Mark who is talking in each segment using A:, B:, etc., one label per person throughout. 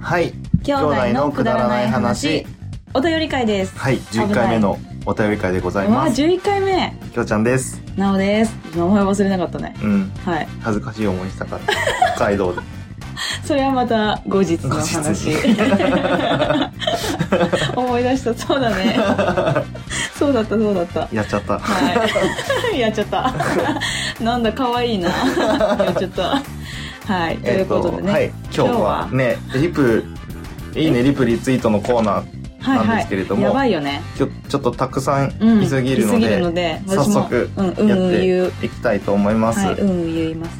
A: はい
B: 兄弟のくだらない話お便り会です
A: はい11回目のお便り会でござい
B: わあ
A: ます
B: 11回目
A: きょうちゃんです
B: なおです名前忘れなかったね
A: うん
B: はい
A: 恥ずかしい思いしたから 北海道で
B: それはまた後日の話 思い出したそうだ ねそうだったそうだった
A: やっちゃった
B: はいやっちゃったなんだ可愛いなやっちゃったはいということでね、
A: はい今日はねリプいいねリプリツイートのコーナー
B: はいはい
A: なんですけれども
B: やばいよね
A: 今日ちょっとたくさん
B: うん
A: いすぎるの
B: いす
A: で、早
B: 私も
A: 速
B: うんうん
A: やっ
B: 言う
A: ていきたいと思います
B: はい
A: は
B: う
A: い、
B: ん言います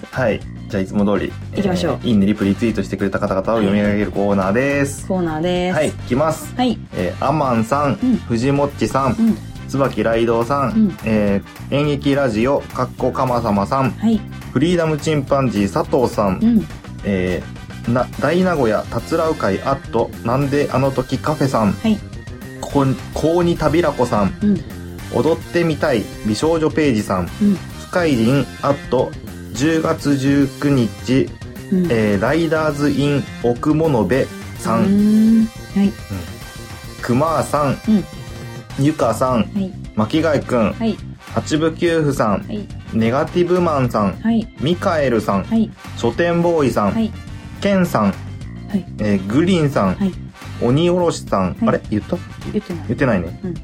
A: じゃあいつも通り
B: いきましょう
A: えーいいねリプリツイートしてくれた方々を読み上げるコーナーです
B: コーナーです
A: はい、いきます
B: はい
A: えー、アマンさん、
B: うん
A: 藤もっちさん
B: う、ん
A: 椿雷道さん、
B: うん
A: えー演劇ラジオ、かっこかまさまさん、
B: はい
A: フリーダムチンパンジー佐藤さん、
B: うん
A: えーな大名古屋たつらう会アット、なんであの時カフェさん、
B: はい
A: こんこうにたびらこさん、
B: うん
A: 踊ってみたい美少女ページさん、
B: うん
A: スカイリンアット、10月19日、
B: うん
A: えーライダーズイン奥物部さ、
B: うんんはい
A: くまーさん、
B: うん
A: ゆかさん、
B: はい
A: 巻貝くん、
B: はい
A: 八部九夫さん、
B: はい
A: ネガティブマンさん、
B: はい
A: ミカエルさん、
B: はい
A: 書店ボーイさん、
B: はい
A: ケンさん、
B: はい
A: えーグリーンさん、
B: はい
A: 鬼おろしさん、
B: はい
A: あれ言った
B: 言ってない
A: 言ってないね。
B: うん
A: キ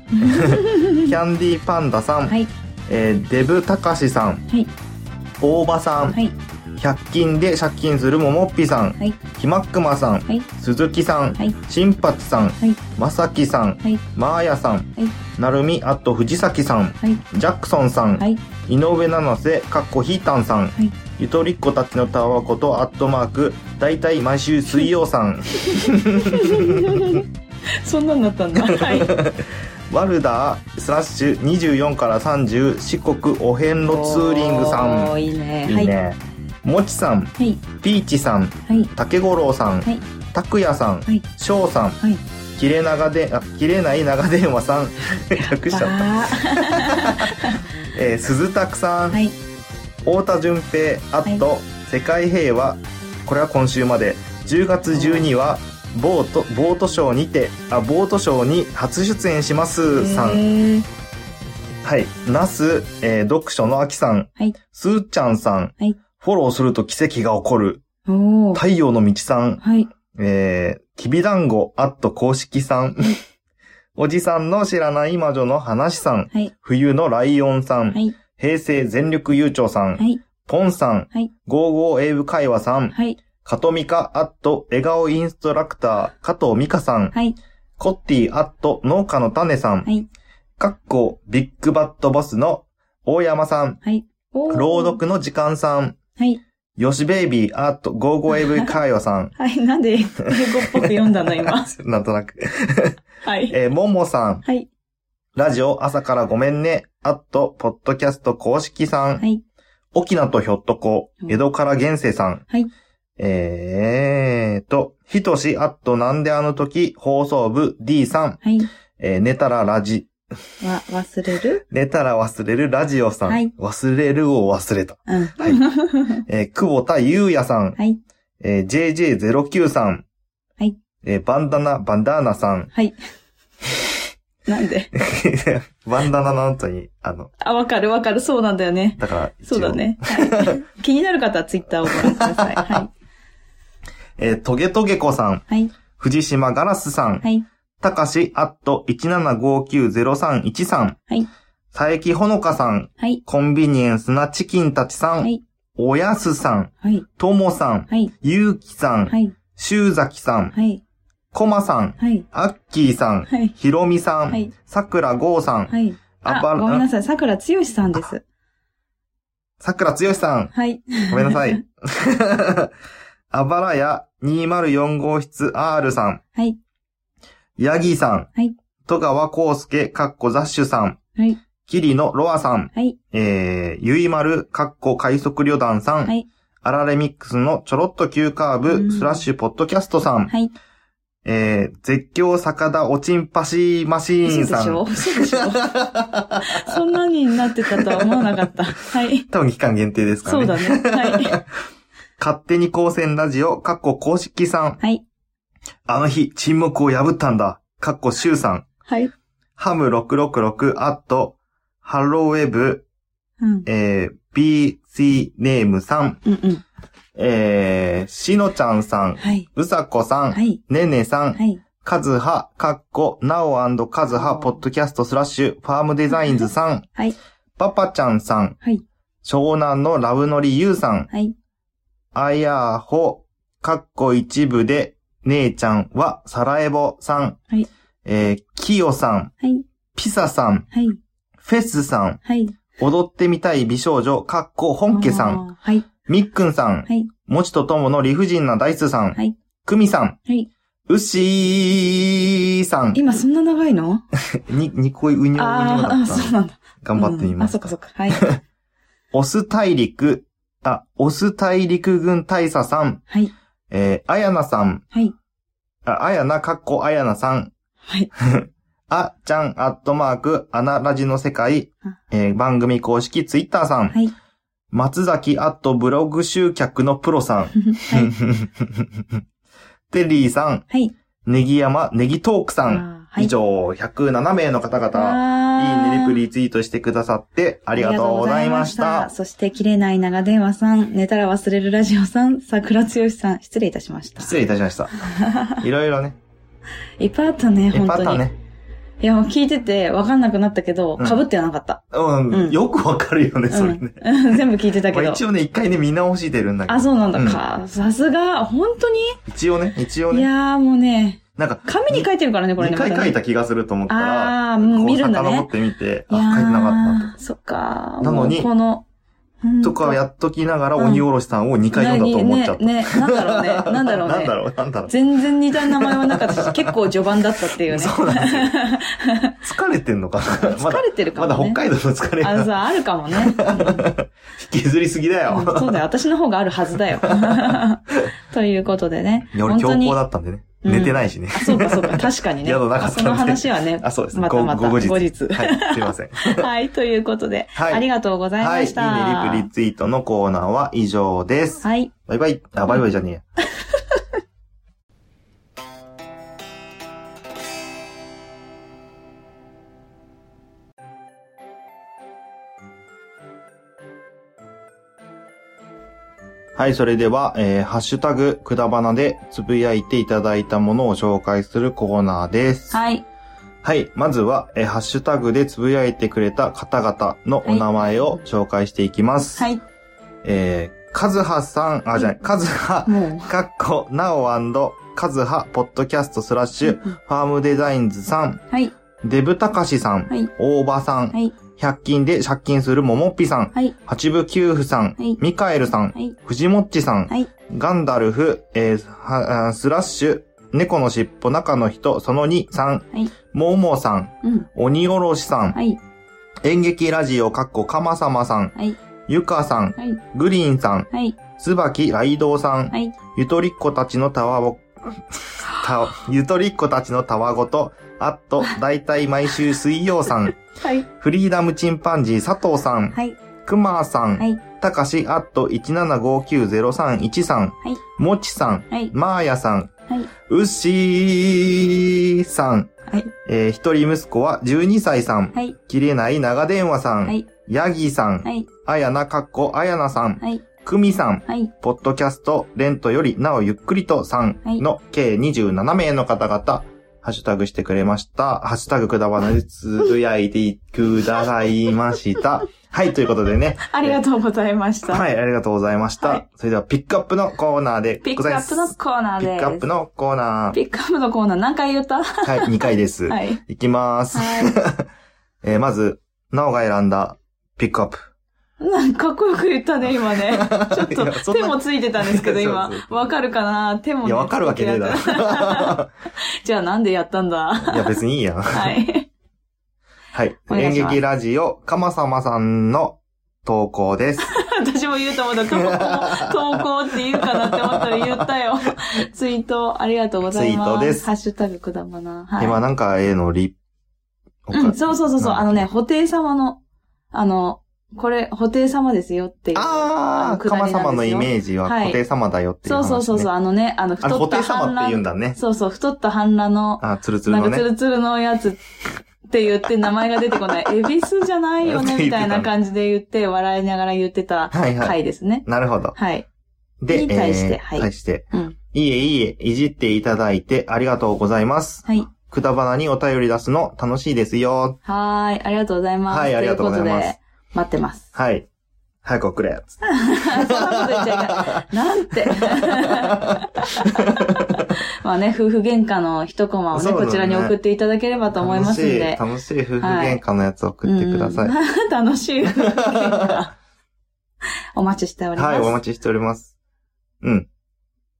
A: ャンディーパンダさん、
B: はい
A: えーデブたかしさん、
B: はい
A: 大場さん、
B: はい
A: 100均で借金するももっぴさん、
B: はい
A: ひまっくまさん、
B: はい
A: 鈴木さん、
B: はい
A: しんぱちさん、
B: はい
A: まさきさん、
B: はい
A: まーやさん、
B: はい
A: なるみあと藤崎さん、
B: はい
A: ジャクソンさん、
B: はい
A: 井上七瀬かっこひーたんさん、
B: い
A: ゆとりっ子たちのたわことアットマーク大体毎週水曜さん
B: そんなんだっ たんだはい
A: ワルダースラッシュ24から30四国お遍路ツーリングさ
B: おーいいね
A: んいいね、もちさん
B: はい
A: ピーチさん
B: はい
A: 竹五郎さん
B: はい
A: 拓也さん
B: はい
A: 翔さん
B: はい
A: 切れ長であ切れない長電話 さん略しちゃった、
B: わ
A: えー鈴拓さ
B: ー
A: ん、
B: はい
A: 太田純平あと、世界平和これは今週まで10月12日はボートボートショーにてあボートショーに初出演しますさん、
B: へー
A: はいナス、えー読書のあきさん
B: はい
A: すーちゃんさん、
B: はい
A: フォローすると奇跡が起こる
B: おー
A: 太陽の道さん
B: はい
A: えー、きびだんごアット公式さ んおじさんの知らない魔女の話さん
B: はい
A: 冬のライオンさん、
B: はい
A: 平成全力悠長さん、
B: はい
A: ポンさん、
B: はい
A: 55英語会話さん、
B: はい
A: カトミカアット笑顔インストラクター、加藤美香さん、
B: はい
A: コッティアット農家の種さん、
B: はい
A: かっこビッグバットボスの大山さん、
B: はいおー
A: 朗読の時間さん、
B: はい、
A: よしベイビーアット55英語会話さん
B: はいなんで英語っぽく読んだの今
A: なんとなく、
B: はい
A: えー、ももさん、
B: はい
A: ラジオ朝からごめんね、アットポッドキャスト公式さん、
B: はい
A: 沖縄とひょっとこ、
B: うん
A: 江戸から現世さん。
B: はい
A: えーと、ひとし、あっと、なんであの時、放送部 D さん。
B: はい
A: えー寝たらラジ、
B: わ忘れる
A: 寝たら忘れるラジオさん。
B: はい
A: 忘れるを忘れた。
B: うん
A: はいえー、久保田祐也さん。
B: はい
A: えー JJ09 さん。
B: はい。
A: えーバンダナ、バンダーナさん
B: はいなんで
A: バンダナの後に、あの、
B: あわかるわかるそうなんだよね
A: だから一応、
B: そうだね、はい、気になる方はツイッターをご覧くださいは
A: えートゲトゲ子さん。
B: いはい
A: 藤島ガラスさん。
B: はい
A: たかし、アット、1759031
B: はい。
A: 佐伯ほのかさん、
B: はい
A: コンビニエンスなチキンたちさん、
B: はい
A: おやすさん、
B: はい
A: ともさん、
B: はい
A: ゆうきさん、
B: はい
A: しゅうざきさん、
B: はい
A: こまさん、
B: はい
A: あっきーさん、
B: はい
A: ひろみさん、
B: はい
A: さくらごうさん、
B: はいあ
A: ば
B: ごめんなさいさくらつよしさんです
A: さくらつよしさん、
B: はい
A: ごめんなさ い。 あばらや204号室 R さん、
B: はい
A: ヤギさん、
B: はい
A: 戸川こうすけ、かっこ雑種さん、
B: はい
A: きりのロアさん、
B: はい
A: えー、ゆいまる、かっこ快速旅団さん。
B: はい
A: あられミックスのちょろっと急カーブ、
B: うん
A: スラッシュポッドキャストさん。
B: はい
A: えー、絶叫坂田おちんぱしマシーン
B: 嘘
A: さ
B: でしょ
A: ん。
B: 嘘で しょそんなになってたとは思わなかった。はい。
A: 多分期間限定ですかね。
B: そうだね。はい。
A: 勝手に光線ラジオ、かっこ公式さん。
B: はい。
A: あの日、沈黙を破ったんだ。かっこ、シュウさん。
B: はい。
A: ハム666アット、ハローウェブ、
B: うん。
A: えー、BC ネームさん、
B: うんうん。
A: えー、しのちゃんさん、
B: はい。
A: うさこさん、
B: はい。
A: ねねさん、
B: はい。
A: かずは、かっこ、なおかずは、ポッドキャストスラッシュ、ファームデザインズさん、
B: はい。
A: パパちゃんさん、
B: はい
A: 湘南のラブノリゆうさん、
B: はい。
A: あやほ、かっこ一部で、姉ちゃんは、サラエボさん、
B: はい
A: えー、きよさん、
B: はい。
A: ピサさん、
B: はい。
A: フェスさん、
B: はい。
A: 踊ってみたい美少女、かっこ本家さん、
B: あー。はい。
A: みっくんさん、
B: はい。
A: もちとともの理不尽なダイスさん、
B: はい。
A: くみさん、
B: はい。
A: うっしーさん、
B: 今そんな長いの
A: に、にこいうにょうにょ
B: あー
A: だ
B: あ、
A: っ
B: そう
A: た。
B: なんだ。
A: 頑張ってみ
B: うんあ、
A: ます
B: そっ。かそっか。はい。
A: オス大陸、あ、オス大陸軍大佐さん、
B: はい。
A: えー、あやなさん、
B: はい。
A: あ、あやな、かっこあやなさん、
B: はい。
A: あ、ちゃん、アットマーク、アナラジの世界
B: あ、
A: えー番組公式ツイッターさん、
B: はい。
A: 松崎、アットブログ集客のプロさん、
B: はい。
A: テリーさん、
B: はい。
A: ネギ山、ネギトークさん、
B: あーはい
A: 以上、107名の方々、いいね
B: あ
A: リ
B: ー
A: プリツイートしてくださって、ありがとうございまし
B: ありがとうござい
A: た
B: ま。そして、切れない長電話さん、寝たら忘れるラジオさん、桜つよしさん、失礼いたしました。
A: 失礼いたしました。 いろいろね。
B: いっぱいあった
A: い
B: ね、
A: っ
B: 本
A: ぱいあっ
B: 当
A: た
B: に。
A: ね。
B: いや、もう聞いてて、わかんなくなったけど、
A: うん
B: 被ってはなかった。
A: うん、
B: うん
A: よくわかるよね、それね。
B: うん。全部聞いてた
A: ま
B: け
A: あ
B: ど。
A: 一応ね、一回ね、見直してるんだけど。
B: あ、そうなんだ
A: うん
B: か。さすが、本当に
A: 一応ね、一応
B: い
A: ね。
B: やーもうね、
A: なんか、
B: 紙に書いてるからね、これ
A: 2
B: ね。
A: 回
B: また
A: 書
B: ね
A: いた気がすると思ったら、
B: あー、もう
A: こう
B: 見るんだ
A: 遡っ
B: ね。
A: てみて、
B: いや
A: あ、
B: ー
A: 書いてなかったな
B: そっか。
A: なのに
B: もうこの、うん
A: と。とかやっときながら、鬼おろしさんを2
B: 何
A: 回読んだと思っちゃった。
B: ね、ね、なん だろうね。なんだろう
A: なんだ
B: ね。
A: ろう、なんだろう。
B: 全然似た名前はなかったし、 結構序盤だったっていうね。
A: そうなんですよ。疲れてんのかなまだ
B: 疲、れてるか
A: ま
B: もね。
A: だ北海道の疲れ
B: あの
A: が
B: さ、あるかも ね。うん
A: 引きずりすぎだよ。
B: うんそうだよ。私の方があるは ずだよ。ということでね。
A: よ
B: 本
A: り
B: 当
A: 強
B: に
A: 硬だったんでね。
B: うん
A: 寝てないしね。
B: あ、そうかそうか。確かに ね。
A: 宿なかったんで
B: その話は ね。
A: あ、そうですね。
B: またまた
A: ご後日。
B: 後日
A: はい、すいません。
B: はい。ということで、
A: はい
B: ありがとうござい
A: はい、
B: ま
A: いい
B: した。
A: ねリプリツイートのコーナーは以上です。
B: はい。
A: バイバイ。あ、バイバイじゃねえや。 はい、それでは、えー、ハッシュタグ、くだばなでつぶやいていただいたものを紹介するコーナーです。はい。
B: はい。
A: まずは、えー、ハッシュタグでつぶやいてくれた方々のお名前を紹介していきます。
B: はい。
A: えー、カズハさん、あ、じゃない、カズハ、
B: も
A: かっこ、なおカズハ、ポッドキャストスラッ
B: う。
A: シュ、ファームデザインズさん、
B: はい。
A: デブタカシさん、
B: はい。
A: 大場さん、
B: はい。
A: 100均で借金するももっぴさん、
B: はい。
A: 八部九夫さん、
B: はい
A: ミカエルさん、
B: はい。
A: 藤もっちさん、
B: はい。
A: ガンダルフ、えーはあースラッシュ、猫のしっぽ中の人、その2、3、
B: はい
A: ももさん、
B: うん。
A: 鬼おろしさん、
B: はい。
A: 演劇ラジオ、かっこ、かまさまさん、
B: はい。
A: ゆかさん、
B: はい。
A: グリーンさん、
B: はい。
A: つばきライドウさん、
B: はい。
A: ゆとりっ子たちのたわご、 た、ゆとりっ子たちのたわごと、あっと、だいたい毎週水曜さん、
B: はい。
A: フリーダムチンパンジー佐藤さん、
B: はい。
A: くまーさん、
B: はい。
A: たかし、あっと、1759031さん、
B: い
A: もちさん、
B: はい。
A: まーやさん、
B: はいう
A: っしーさん、
B: はい。
A: えー一人息子は12歳さん、
B: はい。
A: 切れない長電話さん、
B: はい。
A: ヤギさん、
B: はい。
A: あやなかっこあやなさん、
B: はい。
A: くみさん、
B: はい。
A: ポッドキャスト、レントよりなおゆっくりとさん
B: はい
A: の計27名の方々、ハッシュタグしてくれました。ハッシュタグくだばなでつぶやいてくださいま した。はい、ということでね。
B: ありがとうございました。
A: はい、ありがとうございました。
B: はい
A: それでは、ピックアップのコーナーで
B: ピッ
A: ござ
B: ク
A: い
B: ア
A: ま
B: ッ
A: す。
B: プのコーナー
A: ピ
B: で
A: ッ
B: す。
A: クアップのコーナー。
B: ピックアップのコーナー何回言ったは
A: はい、2回です。い、
B: い。
A: きます。
B: は
A: えーまず、なおが選んだ、ピックアップ。
B: い。なんかかっこよく言ったね、今ね。 ちょっ
A: いやそ
B: と
A: んな
B: 手もついてたんですけど、今
A: そうそう。そう
B: わかるかな手も、ね。
A: いや、わかるわけねえだ
B: ついて
A: ろ。
B: たじゃあなんでやったんだ
A: いや、別にいいや。
B: はい。
A: はい。
B: お願
A: 演
B: いします
A: 劇ラジオ、かまさまさんの投稿です。
B: 私も言うと思った。投稿、投稿って言うかなって思ったら言った よ。ツイート、ありがとうございま
A: ツ
B: す。
A: イートです
B: ハッシュタグくだばな。はい。
A: 今なんか、えのリ、
B: うん、そうそうそうそう、あのね、布袋様の、あの、これ、布袋様ですよっていう。
A: ああ、
B: くだりなん
A: 鎌
B: ですよ
A: 様のイメージは
B: はい
A: 固定様だよっていう
B: そ
A: 話、
B: う
A: ね。
B: そうそうそう、あのね、あの、
A: あの、
B: 太
A: 固
B: った
A: 定様って言うん
B: 半
A: だね
B: 裸。。そうそう、太った半裸の、
A: あ、ツルツル
B: なん
A: の
B: かツ
A: ね。
B: ルツルのやつって言って名前が出てこ ない。エビスじゃないよね、みたいな感じで言って、笑いながら言ってた
A: はいはい。
B: 回ですね。
A: なるほど。
B: はい。
A: で、
B: に対し
A: え
B: て
A: ー
B: はい
A: 対して。
B: うん。
A: いいえいいえ、いじっていただいてありがとうございます。
B: はい。
A: くだばなにお便り出すの楽しいですよ。
B: はーい。ありがとうございます。
A: はいありがとうございます
B: ということで、待って ます。
A: はい。早く送れ。
B: そんなこと言っちゃいかん。なんて。 まあね、夫婦喧嘩の一コマを
A: そ
B: ね、
A: うだね
B: こちらに送っていただければと思いますんで。
A: 楽しい、楽しい夫婦喧嘩のやつ送ってください。
B: うん 楽しい夫婦喧嘩。お待ち しております。
A: はい、お待ちしております。うん。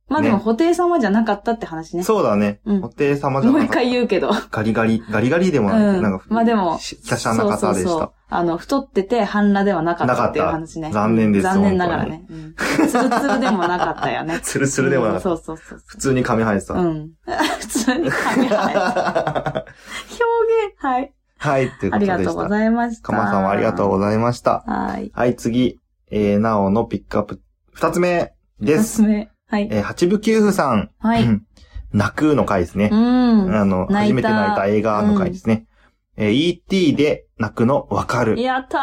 B: まあでも、
A: ね
B: 布袋様じゃなかったって話ね。
A: そうだね。
B: うん
A: お手様じゃ
B: もう
A: な
B: 一
A: かった。
B: 回言うけど。
A: ガリガリ、ガリガリでもない。
B: うん
A: なんか、
B: まあでも
A: し華奢な方でした。
B: そうそうそうあの、太ってて半裸ではなかったっていう
A: なか
B: 話ね。
A: 残念です。
B: 残念ながらね。うんツルツルでもなかったよね
A: ツルツルでもなかった。
B: うんそうそうそう。
A: 普通に髪生えて た。
B: うん。 普通に髪生えた
A: は
B: 表現はい。
A: い、ということ
B: あり
A: でした。
B: がとうございました。
A: かまさんはありがとうございました。
B: はい。
A: はい、次、えー、なおのピックアップ、二つ目で
B: おす
A: す。
B: すめ。はい。
A: えー、八部九夫さん。
B: はい
A: うん。 泣くの回ですね
B: う。ん。
A: あの、
B: 泣
A: 初め
B: いた
A: て泣いた映画の回ですね。えー、E.T. で泣くのわかる。
B: やった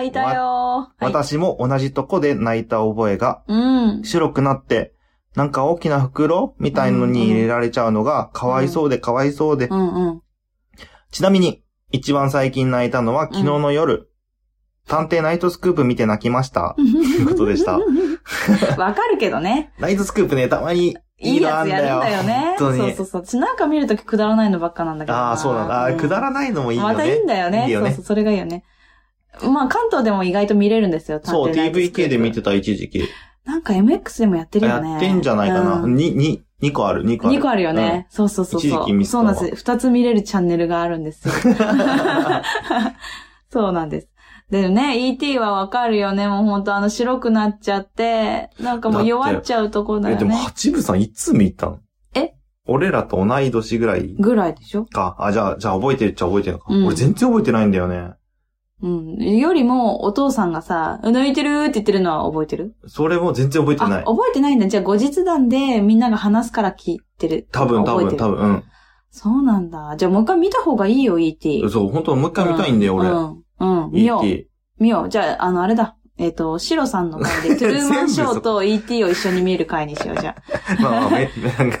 B: ーいたよー。はい。
A: 私も同じとこで泣いた覚えが、
B: うん。
A: 白くなって、なんか大きな袋みたいのに入れられちゃうのが、かわいそうでかわいそうで。
B: うんうん。
A: ちなみに、一番最近泣いたのは昨日の夜、探偵ナイトスクープ見て泣きました。いうことでした。
B: わかるけ どね。
A: ナイトスクープね、たまに
B: いいやつやるんだよね。
A: 本当
B: そう
A: に
B: そ。うそう。私なんか見るときくだらないのばっかなんだけどな。
A: ああ、そうなんだ。あーくだらないのもいいよね。
B: またいいんだよね。
A: いいよ
B: そう
A: ね
B: そう、。それがいいよね。まあ、関東でも意外と見れるんですよ。
A: そう、
B: 探偵ナイトスク
A: TVK
B: ープ
A: で見てた一時期。
B: なんか MX でもやってるよね。
A: やってんじゃないかな。
B: うん
A: に、に、2個ある、2個ある。
B: 2個あるよね。そうそうそうそう。
A: 一時期見てた
B: そう
A: わ
B: なんです。2つ見れるチャンネルがあるん ですよ。そうなんです。でね、ET はわかるよね。もうほんとあの白くなっちゃって、なんかもう弱っちゃうとこ
A: うん。
B: だ
A: え、
B: よ
A: でも、
B: ね。
A: 八部さんいつ見たの
B: え
A: 俺らと同い年ぐらい
B: ぐらいでしょ
A: か。あ、じゃあ、じゃあ覚えてるっちゃ覚えてるのか。
B: うん
A: 俺全然覚えてないんだよね。
B: うん。よりも、お父さんがさ、泣いてるって言ってるのは覚えてる
A: それも全然覚えて
B: あ、
A: ない。
B: 覚えてないんだ。じゃあ後日談でみんなが話すから聞いてる。
A: 多分、多
B: 覚えて
A: 分、多
B: る
A: 分、
B: そうなんだ。じゃあもう一回見た方がいいよ、ET
A: う。ん。そう、本当もう一回見たいんだよ、俺。
B: うん。うん。見よう。
A: ET
B: 見よう。じゃあ、あの、あれだ。えっ、と、シロさんの 回で、トゥルーマンショーと ET を一緒に見る回にしよう、じゃあ。
A: まあまあ、め、なんか、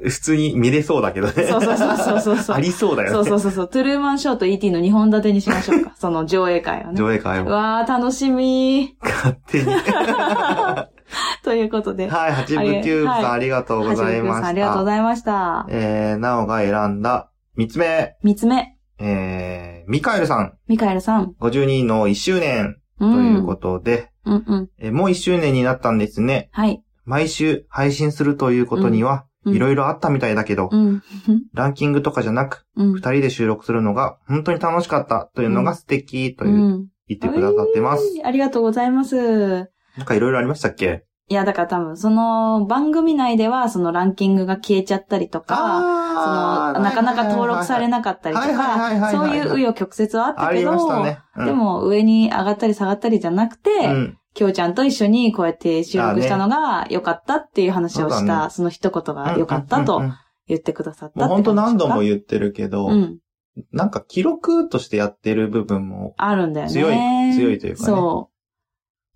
A: 普通に見れそうだけどね。
B: そうそうそうそうそうそ
A: あ
B: う。
A: りそうだよね。
B: そうそうそうそう。トゥルーマンショーと ET の2本立てにしまし ょうか。その上映会をね。
A: 上映会
B: う
A: を
B: わー、楽しみ
A: 勝手に。
B: ー。ということ で。
A: はい、八部九夫さん
B: は
A: ありがとうございま
B: はじめくんさん
A: した。
B: ありがとうございました。
A: えー、なおが選んだ三つ目、
B: 三つ目、
A: えー、ミカエルさん、
B: ミカエルさん。
A: 52の1周年
B: う
A: と
B: ん。
A: いうことで、
B: うんうん。
A: えーもう1周年になったんですね。
B: はい。
A: 毎週配信するということには、
B: うん
A: いろいろあったみたいだけど、
B: うん。
A: ランキングとかじゃなく、
B: うん。
A: 二人で収録するのが本当に楽しかったというのが素敵という、
B: うん
A: 言ってくださってます。
B: えーありがとうございます。
A: なんかいろいろありましたっけ
B: いや、だから多分、その番組内では、そのランキングが消えちゃったりとか、そ
A: あ
B: の、なかなか登録され
A: ない
B: なかったりと
A: はいはいはいはい
B: か、そういう紆余曲折はあった
A: あ
B: け
A: りました
B: ど、
A: ね。うん
B: で、も上に上がったり下がったりじゃなく
A: う
B: て、
A: ん。
B: きょうちゃんと一緒にこうやって収録したのが良かったっていう話を
A: そ
B: し
A: うだ
B: た、その一言が良かっ
A: う
B: た
A: んうん
B: と
A: うん
B: 言ってくださった
A: もう
B: って
A: 本当何度も
B: う。
A: 言ってるけど、
B: うん。
A: なんか記録としてやってる部分も、
B: あるんだよね。
A: 強い強いというかね
B: そ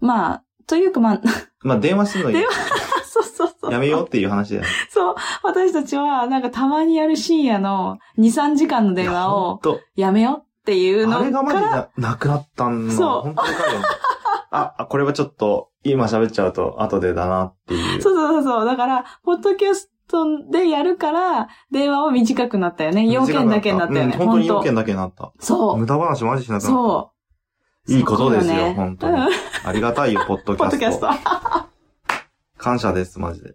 B: う。まあ、というかまあ、
A: まあ電話するの
B: 電そうそうそう。
A: やめようっていう話だよね。
B: そう、私たちは、なんかたまにやる深夜の2、3時間の電話
A: ほん
B: を
A: と。
B: やめよっていうの
A: あれがマ
B: か
A: ジ
B: ら、
A: な、なくなったんだ。
B: そう
A: 本当にわかるよね。あ、あこれはちょっと、今喋っちゃうと後でだなっていう。
B: そうそうそうそう、だから、ポッドキャストでやるから、電話は短くなったよね。要件だけになったよね。
A: うん本当に要
B: ほん
A: 件だけになった。
B: とそ
A: 無駄話マジしな
B: う。
A: くなっ
B: そう。
A: た。いいことです
B: そうだ
A: よ、
B: ね
A: 本当
B: うん
A: に。ありがたい よ、ポッドキ
B: ポッ
A: ャ
B: ド
A: ス
B: キャス
A: ト。
B: ト。
A: 感謝です、マジで。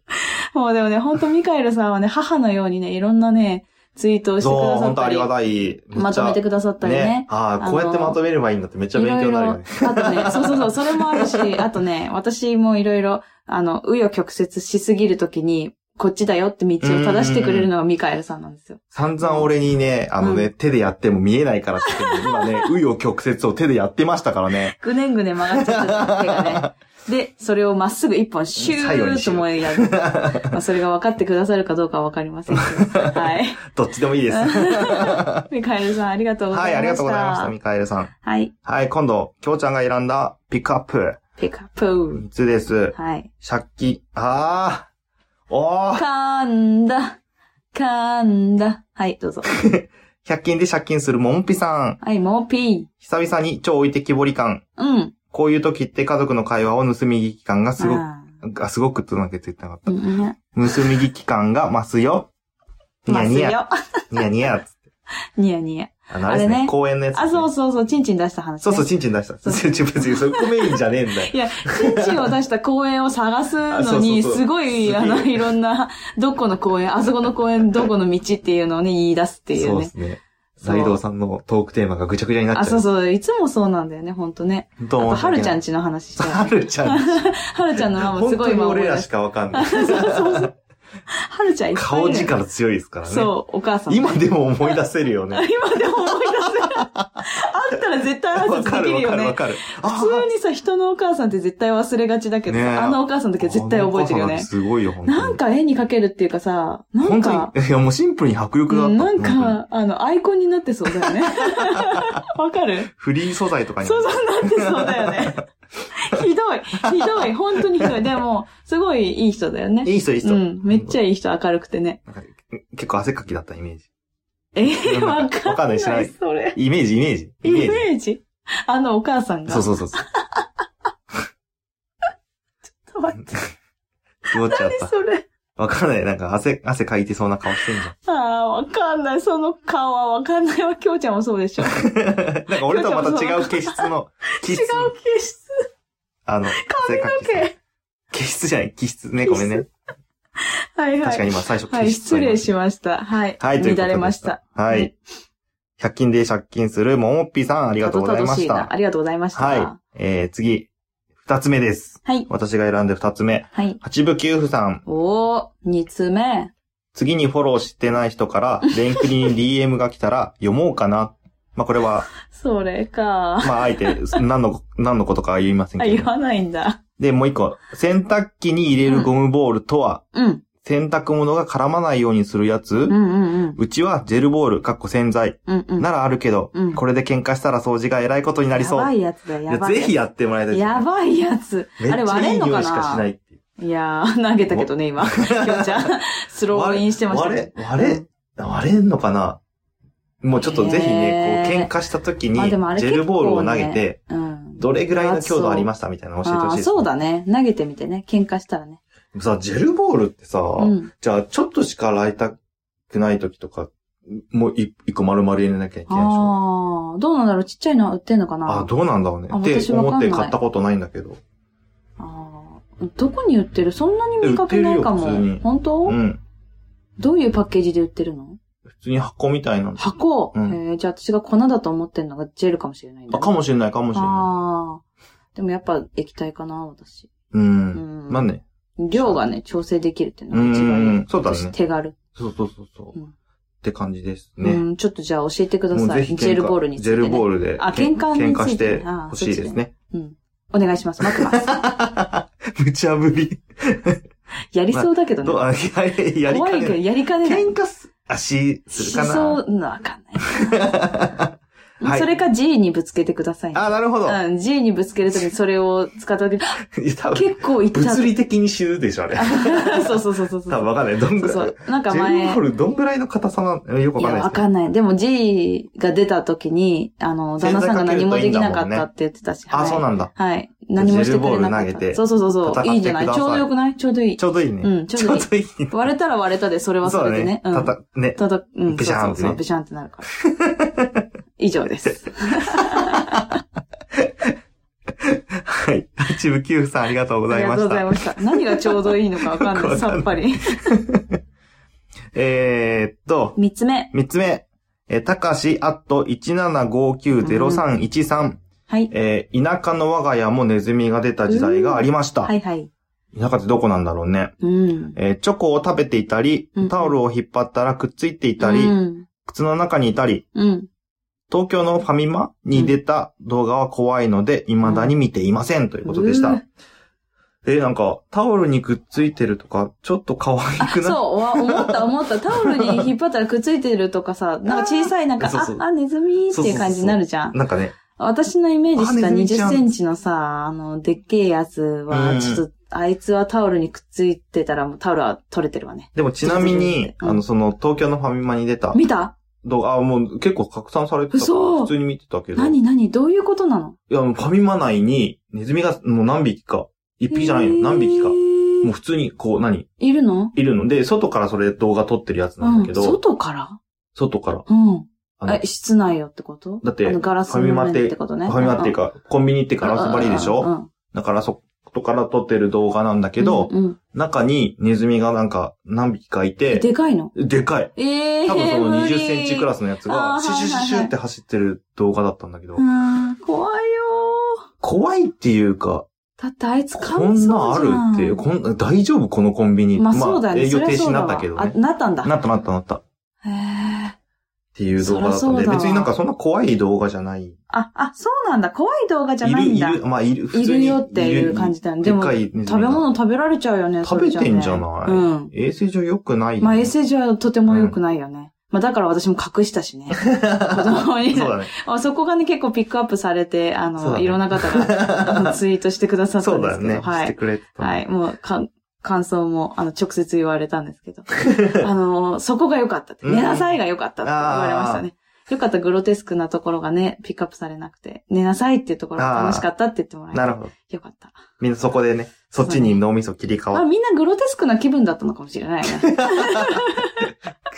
B: もうでもね、本当ミカエルさんはね、母のようにね、いろんなね、ツイートをしてく
A: そう、
B: ださ
A: 本
B: っ
A: 当あ
B: た
A: り
B: り、
A: がたい。めっちゃ
B: まとめてくださったりね。
A: ああ、こうやってまとめればいいんだってめっちゃ勉強になるよね。
B: いろいろあ とね、そうそうそう、それもあるし、あとね、私もいろいろ、あの、紆余曲折しすぎるときに、こっちだよって道を正してくれるのがミカエルさんなんですよ。
A: 散々俺にね、あのね、
B: う
A: 手でやっても見えないからって言っ て、今ね、紆余曲折を手でやってましたからね。
B: ぐねんぐね曲がっちゃった 手がね。で、それをまっすぐ一本シュ
A: 最後に
B: ーッ
A: シ
B: と
A: ュー
B: 燃えやる。まあ、それが分かってくださるかどうかは分かりません けど。はい。
A: どっちでもいいです。は
B: ミカエルさん、ありがとうございまし
A: い、
B: た。
A: ありがとうございました、ミカエルさん。
B: はい。
A: はい、今度、きょうちゃんが選んだピックアップ。
B: ピカプー。
A: 3つです。
B: はい。
A: 借金。あー。おー。
B: かんだ。かんだ。はい、どうぞ。
A: 100均で借金するもんぴさん。
B: はい、もうピ
A: 久々に超置いてきぼり感。
B: ー。うん。
A: こういう時って家族の会話を盗み聞き感がすご
B: あ
A: く、がすごくってうまく言ってなかった
B: ー。うんうん。
A: 盗み聞き感が増すよ。ニ
B: ま
A: ヤ
B: す
A: ニヤ。
B: よ。
A: ニヤニヤ。
B: ニヤニヤ。
A: あの、あれです
B: あれ
A: ね。
B: ね
A: 公園のやつですね、
B: あ、そうそうそう、チンチン出した話、ね。
A: そうそう、チンチン出した。
B: そう
A: チンチン別にそこメインじゃねえんだよ。
B: いや、チンチンを出した公園を探す
A: あそう
B: の
A: そう
B: に、
A: そう
B: すごい、あ
A: す
B: の、
A: げえ
B: いろんな、どこの公園、あそこの公園、どこの道っていうのをね、言い出すってい
A: そううで
B: ね。
A: すね。
B: そう
A: 大道さんのトークテーマがぐちゃぐちゃになっちゃう。
B: あ、そう
A: う。
B: そう、いつもそうなんだよね、ほんとね。あと、はるちゃんちの話して
A: は
B: は
A: るちゃん。
B: るちゃんのママす
A: 本
B: ご
A: 当
B: い
A: に
B: 今思い
A: 俺
B: 出
A: ら
B: し
A: しかわかんない。
B: はるちゃんいっぱいい
A: 顔
B: る
A: 力強いですからね。
B: そう、お母さん。
A: 今でも思い出せるよ
B: あ
A: ね。
B: 今でも思い出せる。あったら絶対挨
A: わか
B: 拶で
A: る
B: き
A: わかる
B: るよ
A: わ
B: ね。
A: かる。あ
B: 普通にさ、人のお母さんって絶対忘れがちだけどさ、
A: ねえ
B: あのお母さんだけ絶対覚えてるよ
A: あのお母さんなんす
B: ね。
A: ごいよ、本当に。
B: なんか絵に描けるっていうかさ、なん
A: 本
B: か、
A: 当に、いやもうシンプルに迫力があった。
B: なん
A: 本当に、
B: か、あの、アイコンになってそうだ よね。わかる
A: フリー素材とかに。
B: そうそう、なってそうだ よね。ひどい、ひどい、本当にひどい。でも、すごいいい人だよね。
A: いい人、いい人。
B: うん、めっちゃ
A: い
B: いい人、明るくてね。
A: い。結構汗かきだったイメージ。
B: えー、
A: な
B: わ
A: んか
B: かん
A: わかんな
B: ないい、
A: 知らない
B: それ。
A: イメージ、イメージ。
B: イメージあのお母さんが。
A: そうそうそうそう。
B: う。待って、
A: 曇っちゃった。
B: それ。
A: わかんない。なんか汗、汗かいてそうな顔してんじ
B: ああ、わかんない。その顔はわかんないわ。きょうちゃんもそう でしょ。違う
A: ゃん。なんか俺とはまた違う気質の、気質。
B: 気質。
A: あの、汗かきそう
B: 髪の毛。
A: 気質じゃない気質ね、ごめんね。
B: はいはい。
A: 確かに今最初気質。
B: はい、失礼しました。はい。
A: はい、ということで
B: 乱れました。。
A: は
B: う
A: い。100均で借金するももっぴさん、あり
B: あ
A: がとうございました
B: あ。りがとうございました。
A: はい。えー、次。二つ目です。
B: はい。
A: 私が選んで二つ目。
B: はい。
A: 八部九夫さん。
B: おー、二つ目。
A: 次にフォローしてない人から、レンクリに DM が来たら、読もうかな。まあ、これは、
B: それか。
A: まあ、あえて、何の、何のことかは言いません
B: あ、
A: け
B: 言
A: ど。
B: わないんだ。
A: で、もう一個。洗濯機に入れるゴムボールとは、
B: うん。
A: 洗濯物が絡まないようにするやつ
B: うんうんうん。
A: うちはジェルボール、かっこ洗剤。
B: うんうん。
A: ならあるけど、
B: うん
A: これで喧嘩したら掃除が偉いことになりそう。
B: やばいやつだ、
A: い
B: や
A: や
B: ばい。
A: ぜひやってもらいたいですね。
B: やばいやつ。
A: めっ
B: あれ
A: ちゃ
B: 割
A: い
B: れ
A: い
B: んの
A: 匂
B: か
A: いしかしな
B: ない
A: っていう。
B: いやー、投げたけどね、今。きょうち ゃん、スローインしてました
A: 割
B: ね
A: れ、。割れ、割れんのかなもうちょっとぜひね、こう
B: へー
A: 喧嘩した時に、
B: まあ
A: ジ
B: でもあれ
A: ェルボールを投げ
B: 結構
A: て、
B: うん。
A: どれぐらいの強度ありましたみたいなの教えてほし
B: あ
A: い
B: あ、
A: です。
B: そうだね。投げてみてね。喧嘩したらね。
A: でもさ、ジェルボールってさ、
B: うん。
A: じゃあちょっとしか洗いたくない時とか、もう一一個丸々入れなきゃいけないでしょ。
B: ああ、どうなんだろう。ちっちゃいのは売ってんのかな
A: あ、どうなんだろうね。
B: あ
A: って
B: 私わ
A: 思
B: か
A: っ
B: んな
A: て
B: い
A: 買ったことないんだけど。
B: あーどこに売ってるそんなに見かけないか
A: 売ってるよ普通
B: も
A: に。
B: 本当、
A: うん。
B: どういうパッケージで売ってるの
A: 普通に箱みたいなの。
B: 箱、
A: うん
B: えーじゃあ私が粉だと思ってるのがジェルかもしれないんだ
A: あ、
B: ね、
A: かもしれない、かもしれな
B: あーでもやっぱ液体かな、私。
A: い。う。
B: うんん。
A: まあね。
B: 量がね、調整できるっていうのが一
A: うんうんう
B: 番
A: んそうだね
B: 私手軽、
A: そうそうそうそう。
B: うん
A: って感じですね。
B: うん。ちょっとじゃあ教えてくだ
A: もう
B: さ
A: ぜ
B: い。
A: ひ喧嘩
B: ジェルボールについ
A: ジ
B: て、
A: ェ
B: ね。
A: ルボールで。
B: あ喧嘩
A: 喧
B: につ
A: 嘩
B: いて
A: して
B: あー
A: ほしいですね。
B: うん。お願いします。待ってま す。
A: 無茶ぶり。
B: やりそうだけどね。
A: どう あ、いやいや、やり
B: 怖
A: か
B: いけど、
A: ね
B: やりかね
A: ない。
B: ない。
A: 喧嘩す、あ、し、するか
B: し
A: な。
B: そう、わかんない。
A: はい
B: それか G にぶつけてくださいね、
A: あ、なるほど。いや、
B: うん、G にぶつけるときにそれを使っ たとき、
A: 多分、
B: 結構いっちゃう
A: 物。理的に死ぬでしょ、あれ。
B: そうそうそうそうそう。
A: 多分わかんない。どん
B: そう
A: ぐ
B: そ
A: らい。
B: う。なんか
A: ジェルボ
B: 前
A: ー、ルどんぐらいの硬さなのよくわかん
B: いや、
A: ない
B: わ
A: ですけど。
B: かんない。でも G が出たときに、あの、旦那さんが何もできなかったって言ってたし。
A: あ、そう
B: の
A: なんだ。
B: はい。何もしてくれなか
A: ジェルボール投
B: っ
A: げて
B: た。そうそうそうそ
A: 戦っ
B: う。
A: て
B: いいんじゃない
A: くだ
B: ち
A: さい
B: ょうどよくないちょうどいい
A: ち。ょうどいいね。
B: うんちょうどいい
A: いい。
B: 割れたら割れたで、それはそ
A: そうだ
B: れで
A: ね
B: ね。。
A: た
B: うん。
A: た、ね。
B: ただ、うん。
A: ビシャーンってね
B: そうそうそうビシャーンってなるから。 以上です。
A: はい。チブキューフさんありがとうご
B: あ
A: ざ
B: り
A: い
B: が
A: ま
B: とう
A: し
B: ござい
A: た。
B: ました。何がちょうどいいのかわかん
A: よく わ
B: ない。
A: かんない
B: さっぱり。
A: えーっと、
B: 三つ目。
A: 三つ目。えー、たかし、あと、1759-0313。
B: はい。
A: えー田舎の我が家もネズミが出た時代がありました。
B: はいはい。
A: 田舎ってどこなんだろうね。
B: うん。
A: えーチョコを食べていたり
B: うん、
A: タオルを引っ張ったらくっついていたり、
B: うん。
A: 靴の中にいたり、
B: うん。
A: 東京のファミマに出た動画は怖いので、未だに見ていませんということでし
B: う
A: た
B: ん。
A: えーなんか、タオルにくっついてるとか、ちょっと可愛くない
B: そう、わ思 った思った。タオルに引っ張ったらくっついてるとかさ、なんか小さいなんか、
A: そうそう
B: あ、あ、ネズミーっていう感じになるじゃん。
A: なんかね、
B: 私のイメージした
A: あネズミちゃ
B: 20
A: ん
B: センチのさ、あの、でっけえやつ
A: う
B: は、
A: ん
B: ちょっと、あいつはタオルにくっついてたら、もうタオルは取れてるわね。
A: でもちなみに、
B: うん
A: あの、その、東京のファミマに出た
B: 見た
A: 動画、あ、もう結構拡散されてたから。
B: 嘘
A: 普通に見てたけど。い
B: 何何どういうことなの
A: や、もうファミマ内に、ネズミがもう何匹か。一匹じゃないよ。
B: へー
A: 何匹か。もう普通に、こう、何
B: いるの
A: いるので、外からそれ動画撮ってるやつなん
B: う
A: だけど、
B: ん。外から
A: 外から。
B: うん。
A: あの
B: え、室内よってこと
A: だって
B: あのガラスの
A: ファミマ
B: 面
A: っ
B: っててことね。
A: ファミマっていう
B: か、
A: か、コンビニってガラス張りでし
B: うんう
A: ょ
B: んうん。
A: だから、そ、外から撮ってる動画なんだけど、
B: うんうん
A: 中にネズミがなんか何匹かいて、
B: でかいの
A: でかい。
B: ええー。
A: 多分その
B: 無理
A: 20センチクラスのやつ
B: あ
A: が、
B: ー
A: シュシュシュシ
B: は
A: ュ
B: いはいはい
A: って走ってる動画だったんだけど、
B: うん。怖いよー
A: 怖いっていうか、
B: だってあいつ
A: こ
B: 噛み
A: ん
B: そ
A: な
B: うじゃん。
A: んあるっていう、こんな、大丈夫このコンビニ。
B: まあそうだよね。
A: 営業停
B: そり
A: 止にな
B: ゃそうだわ
A: ったけどね
B: あ、。なったんだ。
A: なったなったなった。っ
B: へー
A: ていう動画だったん
B: そりゃそう
A: で、
B: だわ
A: 別になんかそんな怖い動画じゃない。い
B: あ、あ、そうなんだ。怖い動画じゃな
A: る、
B: いん
A: い
B: だ。
A: る、まあいる、普
B: い
A: 通
B: る
A: に。
B: よっていう感じだよね。
A: いる。
B: で
A: で
B: も
A: か、いネズ
B: 食
A: ミ
B: べ
A: が
B: 物食べられちゃうよね。
A: 食べてんじゃ
B: それね
A: ない衛生上良くな
B: う
A: い。
B: ん。まあ衛生上はとても良くないよね。まあだから私も隠した しね。子供に。
A: そうだね。
B: あそこがね、結構ピックアップされて、あ
A: そう
B: の、
A: だね
B: いろんな方があのツイートしてくださった
A: そ
B: ん
A: う
B: で
A: だ
B: す
A: よ
B: け
A: ね
B: ど。。は
A: して
B: い。
A: くれてた。
B: はい。もう、かん感想も、あの、直接言われたんです けど。あの、そこが良かったって。
A: うん
B: 寝なさいが良かったって言われましたね。良かったグロテスクなところがね、ピックアップされなくて、寝なさいっていうところが楽しかったって言ってもらえて。
A: なるほど。
B: よかった。
A: みんなそこでね、そっちに脳みそ切り替
B: ま
A: わ
B: あ
A: る。
B: みんなグロテスクな気分だったのかもしれない よね。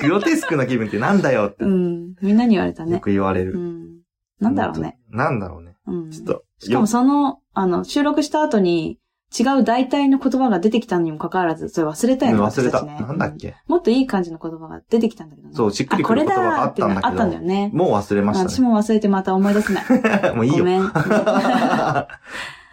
A: グロテスクな気分ってなんだよって
B: う、ん。みんなに言われた
A: よ
B: ね。
A: く言われ
B: う
A: る。
B: ん。なんだろうね。。
A: なんだろうね。
B: うん。
A: ちょっ
B: し
A: と、
B: かもその、あの、収録した後に、違う代替の言葉が出てきたのにもかかわらず、それ忘れたよね。
A: 忘れた。
B: 私ちね
A: なんだっけ
B: うんもっといい感じの言葉が出てきたんだけどね。
A: そう、しっく
B: あ、
A: り
B: こ
A: く
B: れ
A: る言
B: だ
A: 葉があ
B: ー
A: っ
B: ってい
A: た
B: うん
A: だ
B: のがあ
A: け
B: ったんだ
A: ど
B: よ、ね。
A: もう忘れまし
B: 私
A: たね。
B: も忘れてまた思い出せない。
A: もう いい
B: ご
A: よ。
B: めん。は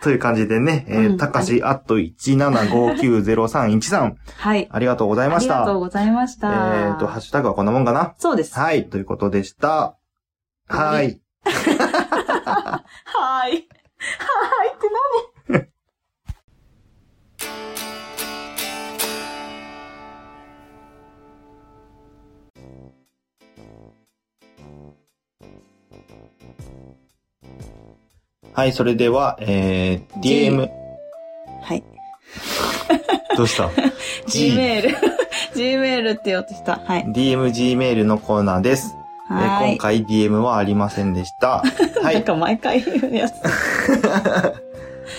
A: という感じでね、え
B: う
A: ー、
B: ん
A: たかし、あっと175903313、
B: い。
A: ありがとうござい
B: あ
A: ま
B: り
A: し
B: がとう
A: た。
B: ございまし
A: え
B: た。
A: ーと、ハッシュタグはこんなもんかな。
B: そうです。は
A: はい、ということでした。はい。
B: ーい。はーいって
A: はい、それでは、えー、DM、
B: な。はい。
A: どうした
B: Gmail。Gmail って言おうとした。はい。
A: ?DMG メールのコーナーです。え
B: は
A: ー
B: ーい。
A: 今回 DM はありませんでした。は
B: なん
A: い。
B: か毎回言うやつ。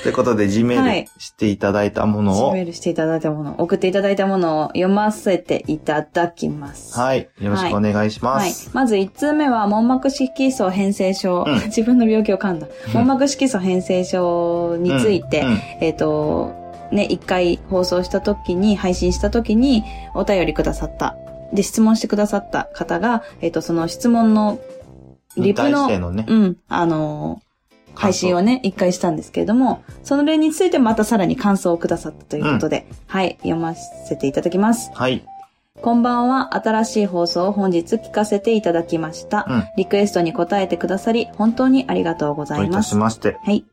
A: ということで、G メ
B: は
A: ー
B: い
A: ルしていただいたものを、
B: Gmail していただいたもの、送っていただいたものを読ませていただきます。
A: はい、よろしくお願いしま
B: はい
A: す。。
B: まず1通目は、網膜色素変性症。
A: うん
B: 自分の病気を噛んだ。網膜色素変性症について、
A: うんうん
B: えっ、と、ね、一回放送した時に、配信した時にお便りくださった。で、質問してくださった方が、えっ、と、その質問のリプ
A: 対して
B: の、
A: のね、
B: うん、あのー配信をね、一回したんですけれども、その例についてまたさらに感想をくださったということで、はい、読ませていただきます。
A: はい。
B: こんばんは。新しい放送を本日聞かせていただきました。
A: うん
B: リクエストに答えてくださり、本当にありがとうござ
A: どう
B: い
A: いた
B: ま
A: し
B: す。
A: まして。
B: はい。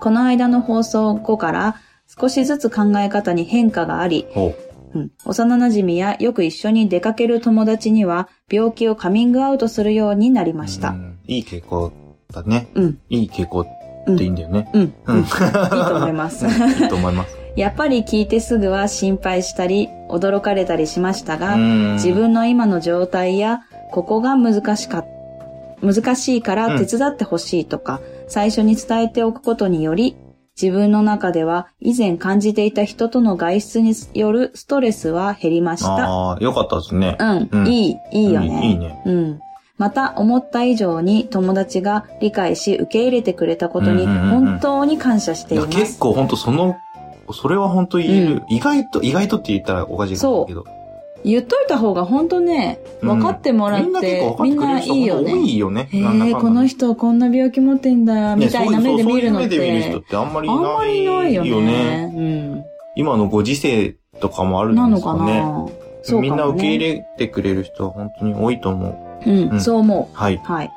B: この間の放送後から、少しずつ考え方に変化があり、
A: ほ
B: うん、幼馴染やよく一緒に出かける友達には、病気をカミングアウトするようになり
A: う
B: まし
A: う
B: た。
A: んいい傾向だね。
B: うん。
A: いい傾向
B: うん。う
A: っていい
B: ん。
A: んだよね。
B: うん。
A: うん。
B: いいと思います。
A: いいと思います。
B: やっぱり聞いてすぐは心配したり、驚かれたりしましたが、
A: うん
B: 自分の今の状態や、ここが難しか、難しいから手伝ってほしいとか、最初に伝えておくことにより、自分の中では以前感じていた人との外出によるストレスは減りました。
A: ああ、よかったですね。
B: うん、
A: うん
B: いい、いいよ
A: う
B: ね。
A: んいいね。
B: うん。また、思った以上に友達が理解し受け入れてくれたことに
A: うんうんうん
B: 本当に感謝して
A: い
B: い
A: や、
B: ます。
A: 結構本当その、それは本当言える。意外と、意外とって言ったらおかしいかもしれないけど。
B: 言っといた方が本当ね、分かってもらって、
A: みんな結構
B: み
A: 分
B: ん
A: かっ
B: な
A: て
B: い
A: くれる
B: い
A: 人
B: よ
A: が多
B: ね。
A: いよね。
B: へ
A: なんだかん
B: え、
A: だ
B: この人こんな病気持ってんだ、みたいな
A: ね
B: 目で見るのっ
A: そういうそういう目で見る人
B: て
A: っ、てあんまり
B: あんまりいないよね。
A: よね。
B: うん。
A: 今のご時世とかもあるん
B: な
A: で
B: の
A: す
B: か
A: か
B: な
A: ね。
B: そうかも、ね。
A: みんな受け入れてくれる人は本当に多いと思
B: うん、
A: うん
B: そう思。。
A: う。はいう
B: はい。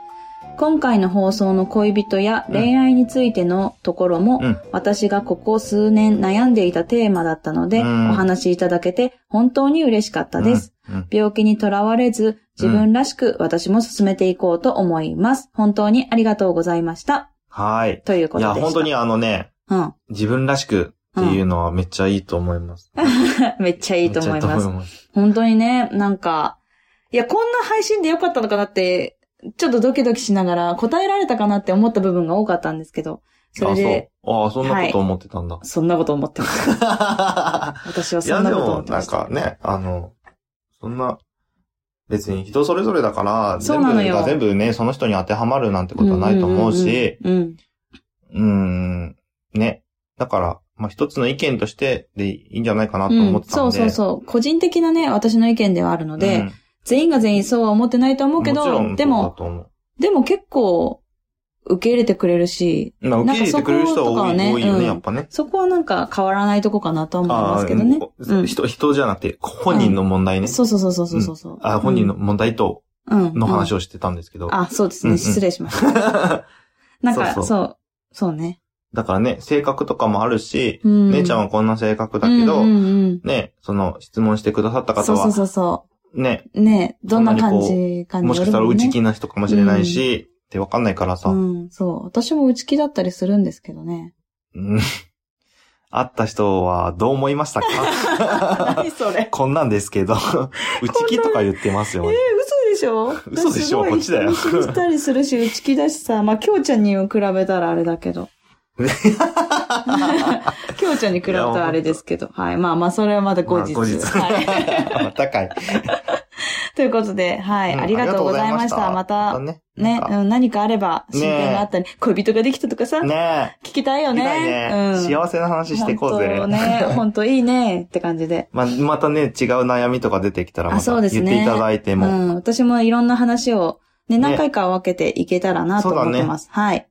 B: 今回の放送の恋人や恋愛についてのところも、
A: うん
B: 私がここ数年悩んでいたテーマだったので、
A: うん
B: お話しいただけて本当に嬉しかったです。
A: うん。うん
B: 病気にとらわれず、自分らしく私も進めていこうと思います。本当にありがとうございました。
A: はい。
B: というこ
A: い
B: とで
A: や、
B: した。
A: 本当にあのね、
B: うん。
A: 自分らしくっていうのはめっちゃいいと思います。
B: めっち ゃいいと思い
A: めっ
B: ま
A: ちゃ
B: す。本当にね、なんか、いや、こんな配信でよかったのかなって、ちょっとドキドキしながら答えられたかなって思った部分が多かったんですけど、それで、
A: あ、そう。あ、そんなこと思ってたんだ。
B: そんなこと思ってました。私はいそ
A: や、
B: ん
A: で
B: なこと思
A: も
B: っ、て
A: な
B: ま
A: ん
B: した。
A: かね、あの、そんな、別に人それぞれだから、
B: そうなの
A: 全
B: よ
A: 部が全部ね、その人に当てはまるなんてことはないと思うし、
B: うんうんうん
A: うーん、ね。だから、まあ、一つの意見としてでいいんじゃないかなと
B: うん、う
A: 思っ
B: ん。
A: てたん
B: そう
A: で。
B: そうそう。個人的なね、私の意見ではあるの
A: う
B: で、
A: ん
B: 全員が全員そうは思ってないと思うけ
A: ちろ
B: ど、
A: ん
B: で
A: そうだ
B: も、
A: と思う、
B: でも結構、受け入れてくれるし、
A: まあ、受け入れてくれる人は多い
B: なんかそことかはね
A: 多いよね、
B: うん
A: やっぱね。
B: そこはなんか変わらないとこかなとは思いますけどね。
A: あー
B: うん
A: 人、人じゃなくて、本人の問題ね。
B: そうそうそうそうそうそう。
A: あ本人の問題と、
B: うん、うん、
A: の話
B: を。
A: をしてたんですけど。
B: あ、そうです
A: うんう
B: ね。
A: ん
B: 失礼しま した。なんか、
A: そ
B: そうう
A: そ
B: そう、ね。
A: だからね、性格とかもあるし、
B: うん
A: 姉ちゃんはこんな性格だけど、
B: うんうん
A: ね、その質問してくださった
B: うん、
A: 方
B: そうそう
A: は、
B: そうそ
A: ね、
B: う。ねどんな
A: そんなに
B: 感
A: こう
B: じかによるもんね。
A: もしかしたら内気な人かもしれないし、ってわかんないからさ、
B: うん、そう。私も内気だったりするんですけどね。
A: うん会った人はどう思いました か
B: それ。
A: こんなんですけ ど、内気とか言ってますよ
B: えー。、嘘でしょ
A: 嘘でしょ
B: 私すごい
A: こっちだよ
B: 人見知りしたりするし、内気だしさ、まあ、きょうちゃんに比べたらあれだ けど。きょうちゃんに比べたらあれですけど。はい。まあまあ、それはまだ後日。
A: まあ後日
B: は い。
A: またかい。
B: ということで、はい、
A: うん
B: ありがとうございました。また、
A: ね。
B: ね、
A: なんか
B: うん、何かあれば、
A: ね
B: 進展があったり、恋人ができたとかさ、
A: ね
B: 聞きたいよ
A: え。
B: ね。
A: 見たいね。
B: うん。
A: 幸せな話してこうぜ
B: 本。当ね、本当いいね、って感じで。
A: まあ、またね、違う悩みとか出てきたら、ま
B: あそ
A: た言
B: うで
A: っ
B: すね
A: ていただいて
B: う
A: も。
B: ん、私もいろんな話を、ね、
A: ね
B: 何回か分けていけたらなと思ってます。はい。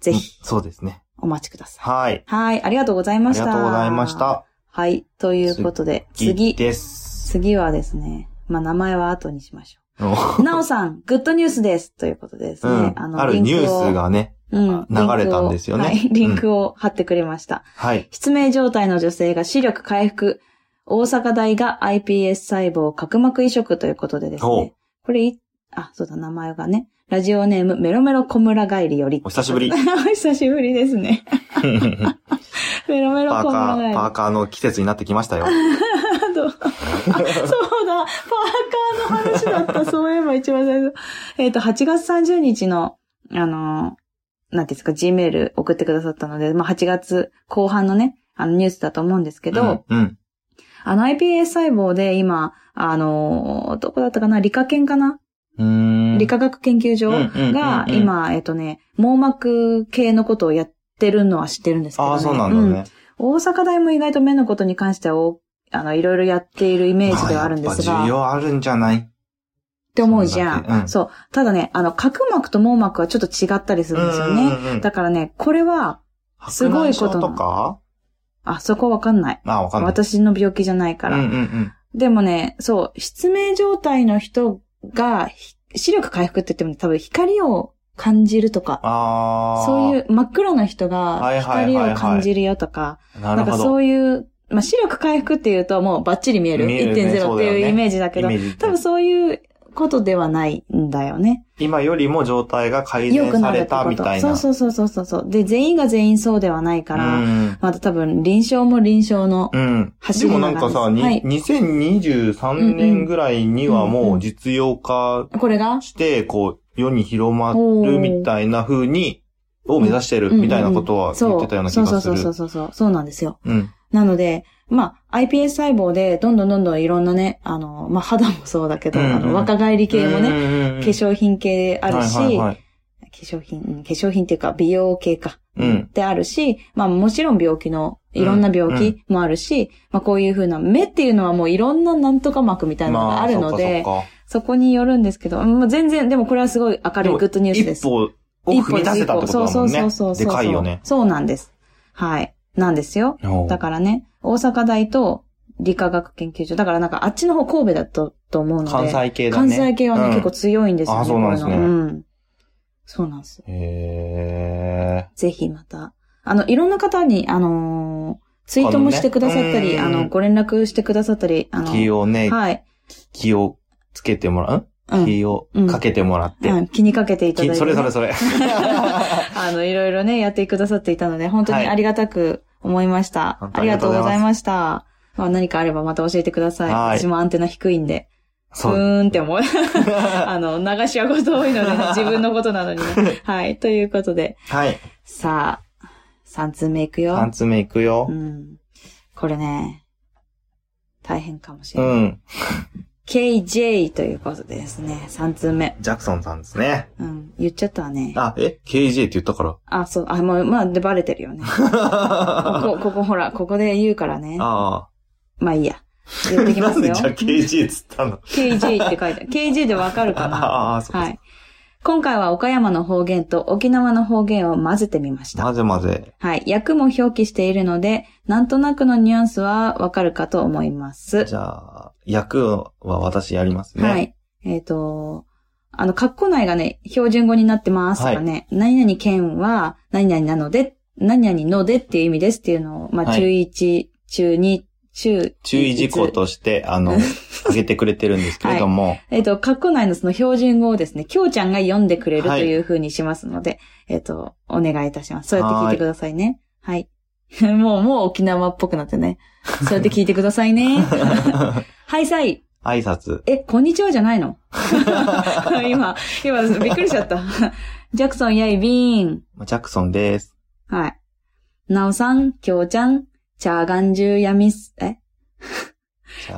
B: ぜひ、
A: そうですね。
B: お待ちください。
A: はい。
B: はい、ありがとうござい
A: あ
B: まし
A: り
B: た。
A: がとうございまし。た。
B: はい、ということで、
A: 次
B: 次、
A: です。
B: 次はですね、まあ、名前は後にしましょ
A: う
B: う。なおさん、グッドニュースです。ということでですね、
A: ん。 ある
B: リ
A: ニ
B: クを
A: ュースがね。
B: うん、
A: 流れたんですよね
B: リンクをはい、リンクを貼ってくれました。
A: はい。
B: 失明状態の女性が視力回復。大阪大が iPS 細胞角膜移植ということでです
A: おう
B: ね。これい、あ、そうだ、名前がね。ラジオネーム、メロメロ小村帰りより。
A: お久しぶり
B: お 久しぶりで すね。
A: パー
B: メロメロ
A: カ
B: 小村帰
A: ー、
B: り。
A: パーカーの季節になってきましたよ。
B: あとそうだ、パーカーの話だ った。そういえば一番最初。えっ、と、8月30日の、あのーなんていうんですか、G メール送ってくださったので、まあ、8月後半のね、あのニュースだと思うんですけど、
A: うんうん。
B: あの iPS 細胞で今、あのーどこだったかな理科研かな、
A: うーん。
B: 理化学研究所
A: うんうんうんうん
B: が今、えっとね、網膜系のことをやってるのは知ってるんですけど、ね。
A: ああ、そうなんだね。
B: うん大阪大も意外と目のことに関してはお、あの、いろいろやっているイメージではあるんです
A: まやっぱ需
B: が、っ
A: 要あるんじゃない
B: て思うじ
A: そう
B: ゃ
A: なんだねうん
B: ん。そう。ただね、あの、角膜と網膜はちょっと違ったりするんですよね。
A: うんうんうん
B: だからね、これは、すごいこと
A: 白
B: なの
A: 内障とか
B: あ、そこわかんない。
A: ああ、わかんない。
B: 私の病気じゃないから。
A: うんうんうん。
B: でもね、そう、失明状態の人が、ひ視力回復って言っても多分光を感じるとか、
A: ああ。
B: そういう真っ暗な人
A: は
B: が
A: いはいはい
B: 光
A: はい
B: を感じるよとか、
A: う。なる
B: なんか
A: ほ
B: そ
A: ど。
B: ういう、まあ、視力回復っていうともうバッチリ見える。
A: 見えるね
B: 1.0って
A: そうだ
B: い
A: よ
B: う
A: ね
B: イメージだけ
A: イ
B: ど、
A: メージ
B: 多分そういうことではないんだよね。
A: 今よりも状態が改
B: 良く
A: 善
B: な
A: さ
B: るっ
A: れ
B: てこ
A: たみ
B: と
A: た。い
B: そ
A: な。
B: うそうそうそうそうそう。で、全員が全員そうではないか
A: う
B: ら、
A: ん
B: また多分臨床も臨床の、
A: うん。
B: 走
A: で
B: り
A: も
B: なが
A: な
B: ら
A: んかさ、
B: です
A: に
B: はい
A: 2023年ぐらいにはもう実用化
B: これが
A: して、こう、世に広まるみたいな風に、を目指してるみたいなことは言ってたような気がす
B: そうそうそう
A: る。
B: そうそうそう。そうなんですよ。
A: うん。
B: なので、まあ、iPS 細胞で、どんどんどんどんいろんなね、あの、まあ、肌もそうだけど、
A: うんうん
B: あの、若返り系も
A: ね
B: ね、化粧品系あるし、
A: はいはいはい
B: 化粧品、うん化粧品っていうか、美容系か、
A: うん
B: であるし、まあ、もちろん病気の、いろんな病気もあるし、まあ、こういうふうな、目っていうのはもういろんななんとか膜みたいなの
A: ま
B: が
A: あ
B: あるので、
A: そうか
B: そこによるんですけど、うんまあ、全然、でもこれはすごい明
A: そうか
B: るいグッドニュースです
A: 一。歩を踏み出せたってことだもんね。
B: そうそうそうそうそう。
A: でかいよね。
B: そうなんです。はい。なんですよ。
A: おう
B: だからね、大阪大と理化学研究所。だからなんかあっちの方神戸だったと思うので。
A: 関西系だ
B: 関
A: ね。
B: 西系はね、
A: うん
B: 結構強いんですよね。
A: あそうなんですね
B: こういうのうん。そうなんですよ。
A: へ
B: ぜひまた。あの、いろんな方に、あのーツイートもしてくださったり、
A: あ
B: あ
A: のねうん
B: の、ご連絡してくださったり、あ
A: え。
B: の、
A: 気をね、
B: はい。
A: 気をつけてもらう、
B: うんん
A: 気をかけてもらって。
B: うん気にかけていただい
A: 気
B: て、
A: それそれそ れ。
B: あの、いろいろね、やってくださっていたので、本当
A: はい
B: にありがたく思いました。
C: 本当
B: あ
C: に
B: り
C: ありがと
B: がと
C: う
B: う
C: ご
B: ご
C: ざ
B: ざ
C: い
B: い
C: ま
B: ました。まあ、何かあればまた教えてください。
A: はい
B: 私もアンテナ低いんで。ふ
A: そう。
B: ーんって思う。 あの、流しはこと多いのでね、自分のことなのにね。はい。ということで。
C: はい。
B: さあ、3通目いくよ。
A: 3つ目いくよ
B: う。ん。これね、大変かもし
A: う
B: れない。
A: ん。
B: KJ ということでですね、3通目。
C: ジャクソンさんですね。
B: うん。言っちゃったわね。あ、
C: あ、
A: え ?KJ って言ったから。
B: そう。あ、もう、まあ、で、バレてるよね。ここ、ここほら、ここで言うからね。
A: あ
B: まあいいや。言ってきま
C: なん
B: す
C: で
B: よ
C: じ。ゃあ KG っつったの
B: KJ って書いてある。KJ でわかるかな
A: あ。ああ、そっ
B: は
A: か。
B: い。今回は岡山の方言と沖縄の方言を混ぜてみました。
A: 混ぜ混ぜ。
B: はい。訳も表記しているので、なんとなくのニュアンスはわかるかと思います。
A: じゃあ、役は私やりますね。
B: は。い。えっ、と、あの、括弧内がね、標準語になってますとかね、何々県は何々なので、何々のでっていう意味ですっていうのを、ま
A: は
B: あ、
A: い
B: 中1、中2、中、
A: 注意事項。として、あの、挙げてくれてるんですけれども、
B: えっ、と、括弧内のその標準語をですね、きょうちゃんが読んでくれる
A: は
B: と
A: い
B: いう風にしますので、えっ、と、お願いいたします。そうやって聞いてくださいね。はい。 もう、もう沖縄っぽくなってね。そうやって聞いてくださいね。はい、さい。
A: 挨拶。
B: え、こんにちはじゃないの 今、今、びっくりしちゃった。ジャクソンやいびーん。
A: ジャクソンです。
B: はい。なおさん、きょうちゃん、チャーガンジュやみす、え、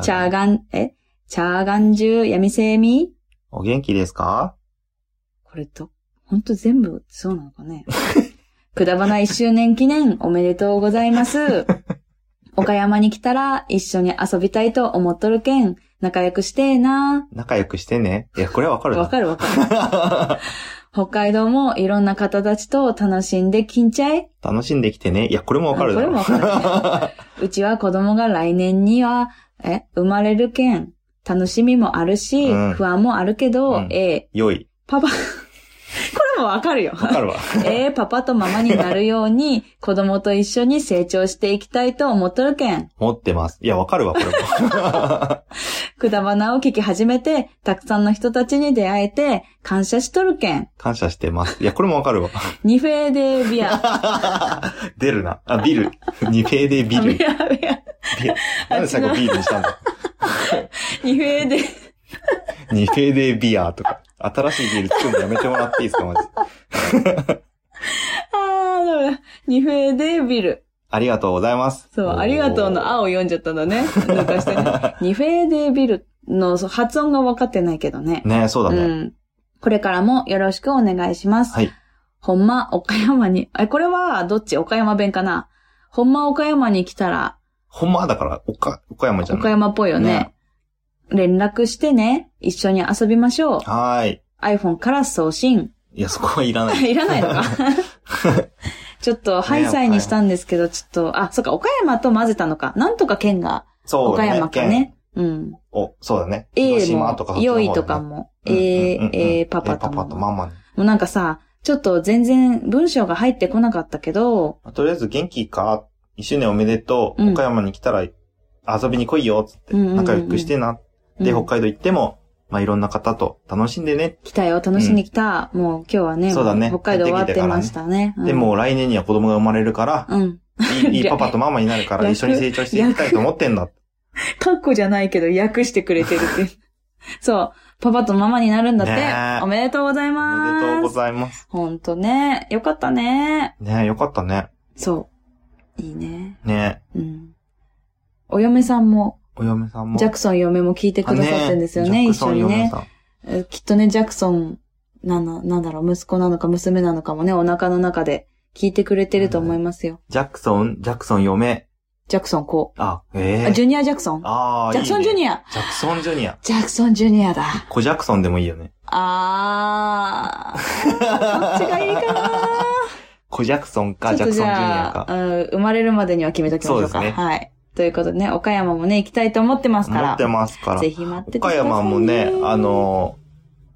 B: チャーガン、え、チャーガンジュやみせみ
A: お元気ですか
B: これと、ほんと全部そうなのかね。 くだばな一周年記念おめでとうござ います。岡山に来たら一緒に遊びたいと思っとるけん、仲良くしてーな。
A: 仲良くしてね。いや、これわかるな
B: わかるわか る。
A: 楽
B: 北海道もいろんな方たちと楽しんできんちゃい
A: しんできてね。いや、これもわかるだろ。
B: あこれも うちは子供が来年には、え、生まれるけん。楽しみもあるし、
A: うん
B: 不安もあるけど、
A: うん
B: ええ
A: 良い。
B: パ パ、これもわかるよ。
A: わかるわ。
B: ええパパとママになるように、子供と一緒に成長していきたいと思っとるけん。
A: 持ってます。いや、わかるわ、こ れも。
B: くだばなを聞き始めて、たくさんの人たちに出会えて、感謝しとるけん。
A: 感謝してます。いや、これもわかるわ。
B: ニフェーデービア。
A: 出るな。あ、ビル。二ペでビル。
B: ビアビア。
A: ビなんで最後ビールにしたんだ
B: ニフェーデー
A: 二ペでビアとか。新しいビール作るのやめてもらっていいですか、マジで。
B: ああ、ダメだ。ニフェーデービル。
A: ありがとうございます。
B: そう、ありがとうのあを読んじゃったんだね。抜かしてね。ニフェーデービルのそう発音が分かってないけどね。
A: ねそうだ
B: う
A: ね。
B: ん。これからもよろしくお願いします。
A: はい。
B: ほんま、岡山に、え、これはどっち岡山弁かなほんま岡山に来たら、
A: ほんまだから、岡、岡山じゃ
B: 岡
A: ない。
B: 山っぽいよね。連絡してね。一緒に遊びましょう。
A: はーい。
B: iPhone から送信。
A: いや、そこはいらない。
B: いらないのか ちょっと、ハイサイにしたんですけど、ちょっと、あ、そっか、岡山と混ぜたのか。なんとか県が、
A: そうだ
B: 岡
A: ね。
B: 山かね。うん。
A: 県。お、そうだね。
B: A
A: 広島とかそ
B: も、
A: っちの
B: 良
A: 方
B: いと
A: だ
B: か
A: ねうん
B: も、
A: うんうんうん
B: A、A パ
A: え
B: パ
A: パ
B: と
A: パとマ
B: も。も
A: マに。
B: うなんかさ、ちょっと全然文章が入ってこなかったけど、
A: まあとりあえず元気か一周年おめでとう、
B: うん
A: 岡山に来たら遊びに来いよ、つって。
B: うんうんうんうん
A: 仲良くしてな。で、
B: うん
A: 北海道行っても、まあ、いろんな方と楽しんでね。
B: 来たよ、楽しんできた。もう今日はね、
A: そうだね
B: も北海道終わってましたね。
A: で、もう来年には子供が生まれるから、
B: うん、 うん。
A: いいいいパパとママになるから
B: 略
A: 一緒に成長していきたいと思ってんだ。
B: カッコじゃないけど、訳してくれてるって。そう。パパとママになるんだっ
A: ねえ
B: て。おめでとうござい
A: お
B: ます。
A: めでとうございます。
B: ほんとね。よかったね。
A: ねよかったね。
B: そう。いいね。
A: ね
B: うん。お嫁さんも、
A: お嫁さんも。
B: ジャクソン嫁も聞いてくださってんですよね、
A: あ
B: 一緒に。
A: ジャクソン嫁
B: ね。
A: さん
B: えきっとね、ジャクソン、なんだ、なんだろう、息子なのか娘なのかもね、お腹の中で聞いてくれてると思いますよ。
A: ジャクソン、ジャクソン嫁。
B: ジャクソンこ
A: あ、ええ
B: う。あ、ジュニア・ジャクソン。
A: ああ、
B: ジャクソン・ジュ
A: ア。
B: ニア。
A: ジャクソンジュニア。
B: ジャクソン・ジュニアだ。
A: 子ジャクソンでもいいよね。
B: あー。どっちがいいかな
D: コ・ジャクソンか、
B: ち
D: ジ
B: ょ
D: ャ
B: っと
D: クソ
B: じ
D: ン・ジュニア
B: ゃあ、
D: か。
B: うん生まれるまでには決めときましょうか。
D: そうですね
B: はい。ということでね、岡山もね、行きたいと思ってますか
D: 持
B: ら。
D: ってますから。
B: ぜひ待っててくだ
D: 岡
B: さい、
D: 山もね、あ、の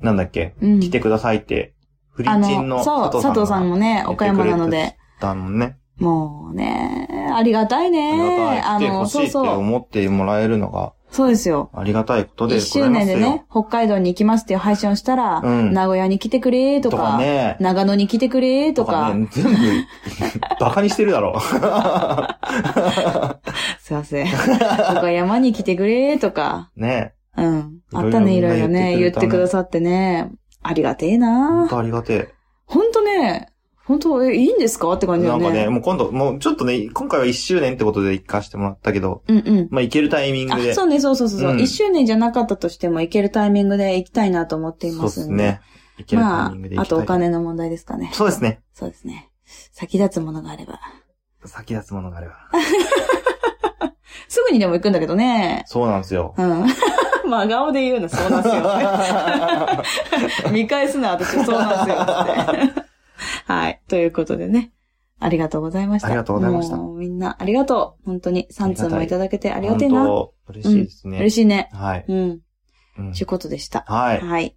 D: ー、なんだっけ、
B: うん、
D: 来てくださいって、フリ
B: あ
D: チンの
B: の、そう、佐藤さん
D: も
B: もね、岡山な
D: 言
B: の
D: っ
B: で
D: て、だもんね。
B: もうね、ありがたい
D: ありが
B: ね。
D: たい。来て
B: の、
D: ほし
B: そ
D: いうって
B: そう。
D: 思ってもらえるのが
B: そうですよ。
D: ありがたいことでご
B: 1
D: ざい
B: 周
D: ま
B: 年
D: すよ。
B: でね、北海道に行きますっていう配信をしたら、
D: うん
B: 名古屋に来てくれーと
D: と
B: か、
D: かね。
B: 長野に来てくれーとか、
D: ね、全部、 バカにしてるだろ。
B: すいません。 岡山に来てくれーとか、
D: ね。
B: うん。あったね、い
D: い
B: ろ
D: ろ
B: い
D: い
B: ろ
D: ろ
B: ね、
D: ね
B: 言
D: 言
B: っ
D: っててくれたね
B: くださってね、ありがてえ
D: ほん
B: な
D: とありがて
B: ほんとね、ほんと、え、いいんですかって
D: え。
B: 感じだ
D: な
B: よ
D: ん
B: ね。
D: かね、もう今度、もうちょっとね、今回は1周年ってことで行かしてもらったけど、
B: うんうん。
D: まあ行けるタイミング
B: あ、
D: で。
B: そうね、そうそうそうそう。
D: うん
B: 1周年じゃなかったとしても、行けるタイミングで行きたいなと思ってい
D: そう
B: ま
D: ですす
B: んで。
D: ね。行けるタイミングで
B: まあ、
D: 行
B: あ
D: きたい。
B: とお金の問題ですかね。
D: そうですね。
B: そうですね。先立つものがあれば。
D: 先立つものがあれば。
B: すぐにでも行くんだけどね。
D: そうなんです よ。
B: うん。真顔で言うの、そうなんですよ。見返すな、私、そうなんですよ。 ってはい。ということでね。ありがとうございました。
D: ありがとうございました
B: もうみんな、ありがとう。本当に、3通もいただけてありがてえな。
D: 本当嬉しいですね。
B: 嬉しいね。
D: はい。
B: うん。
D: うん
B: ということでした。
D: はい。
B: はい。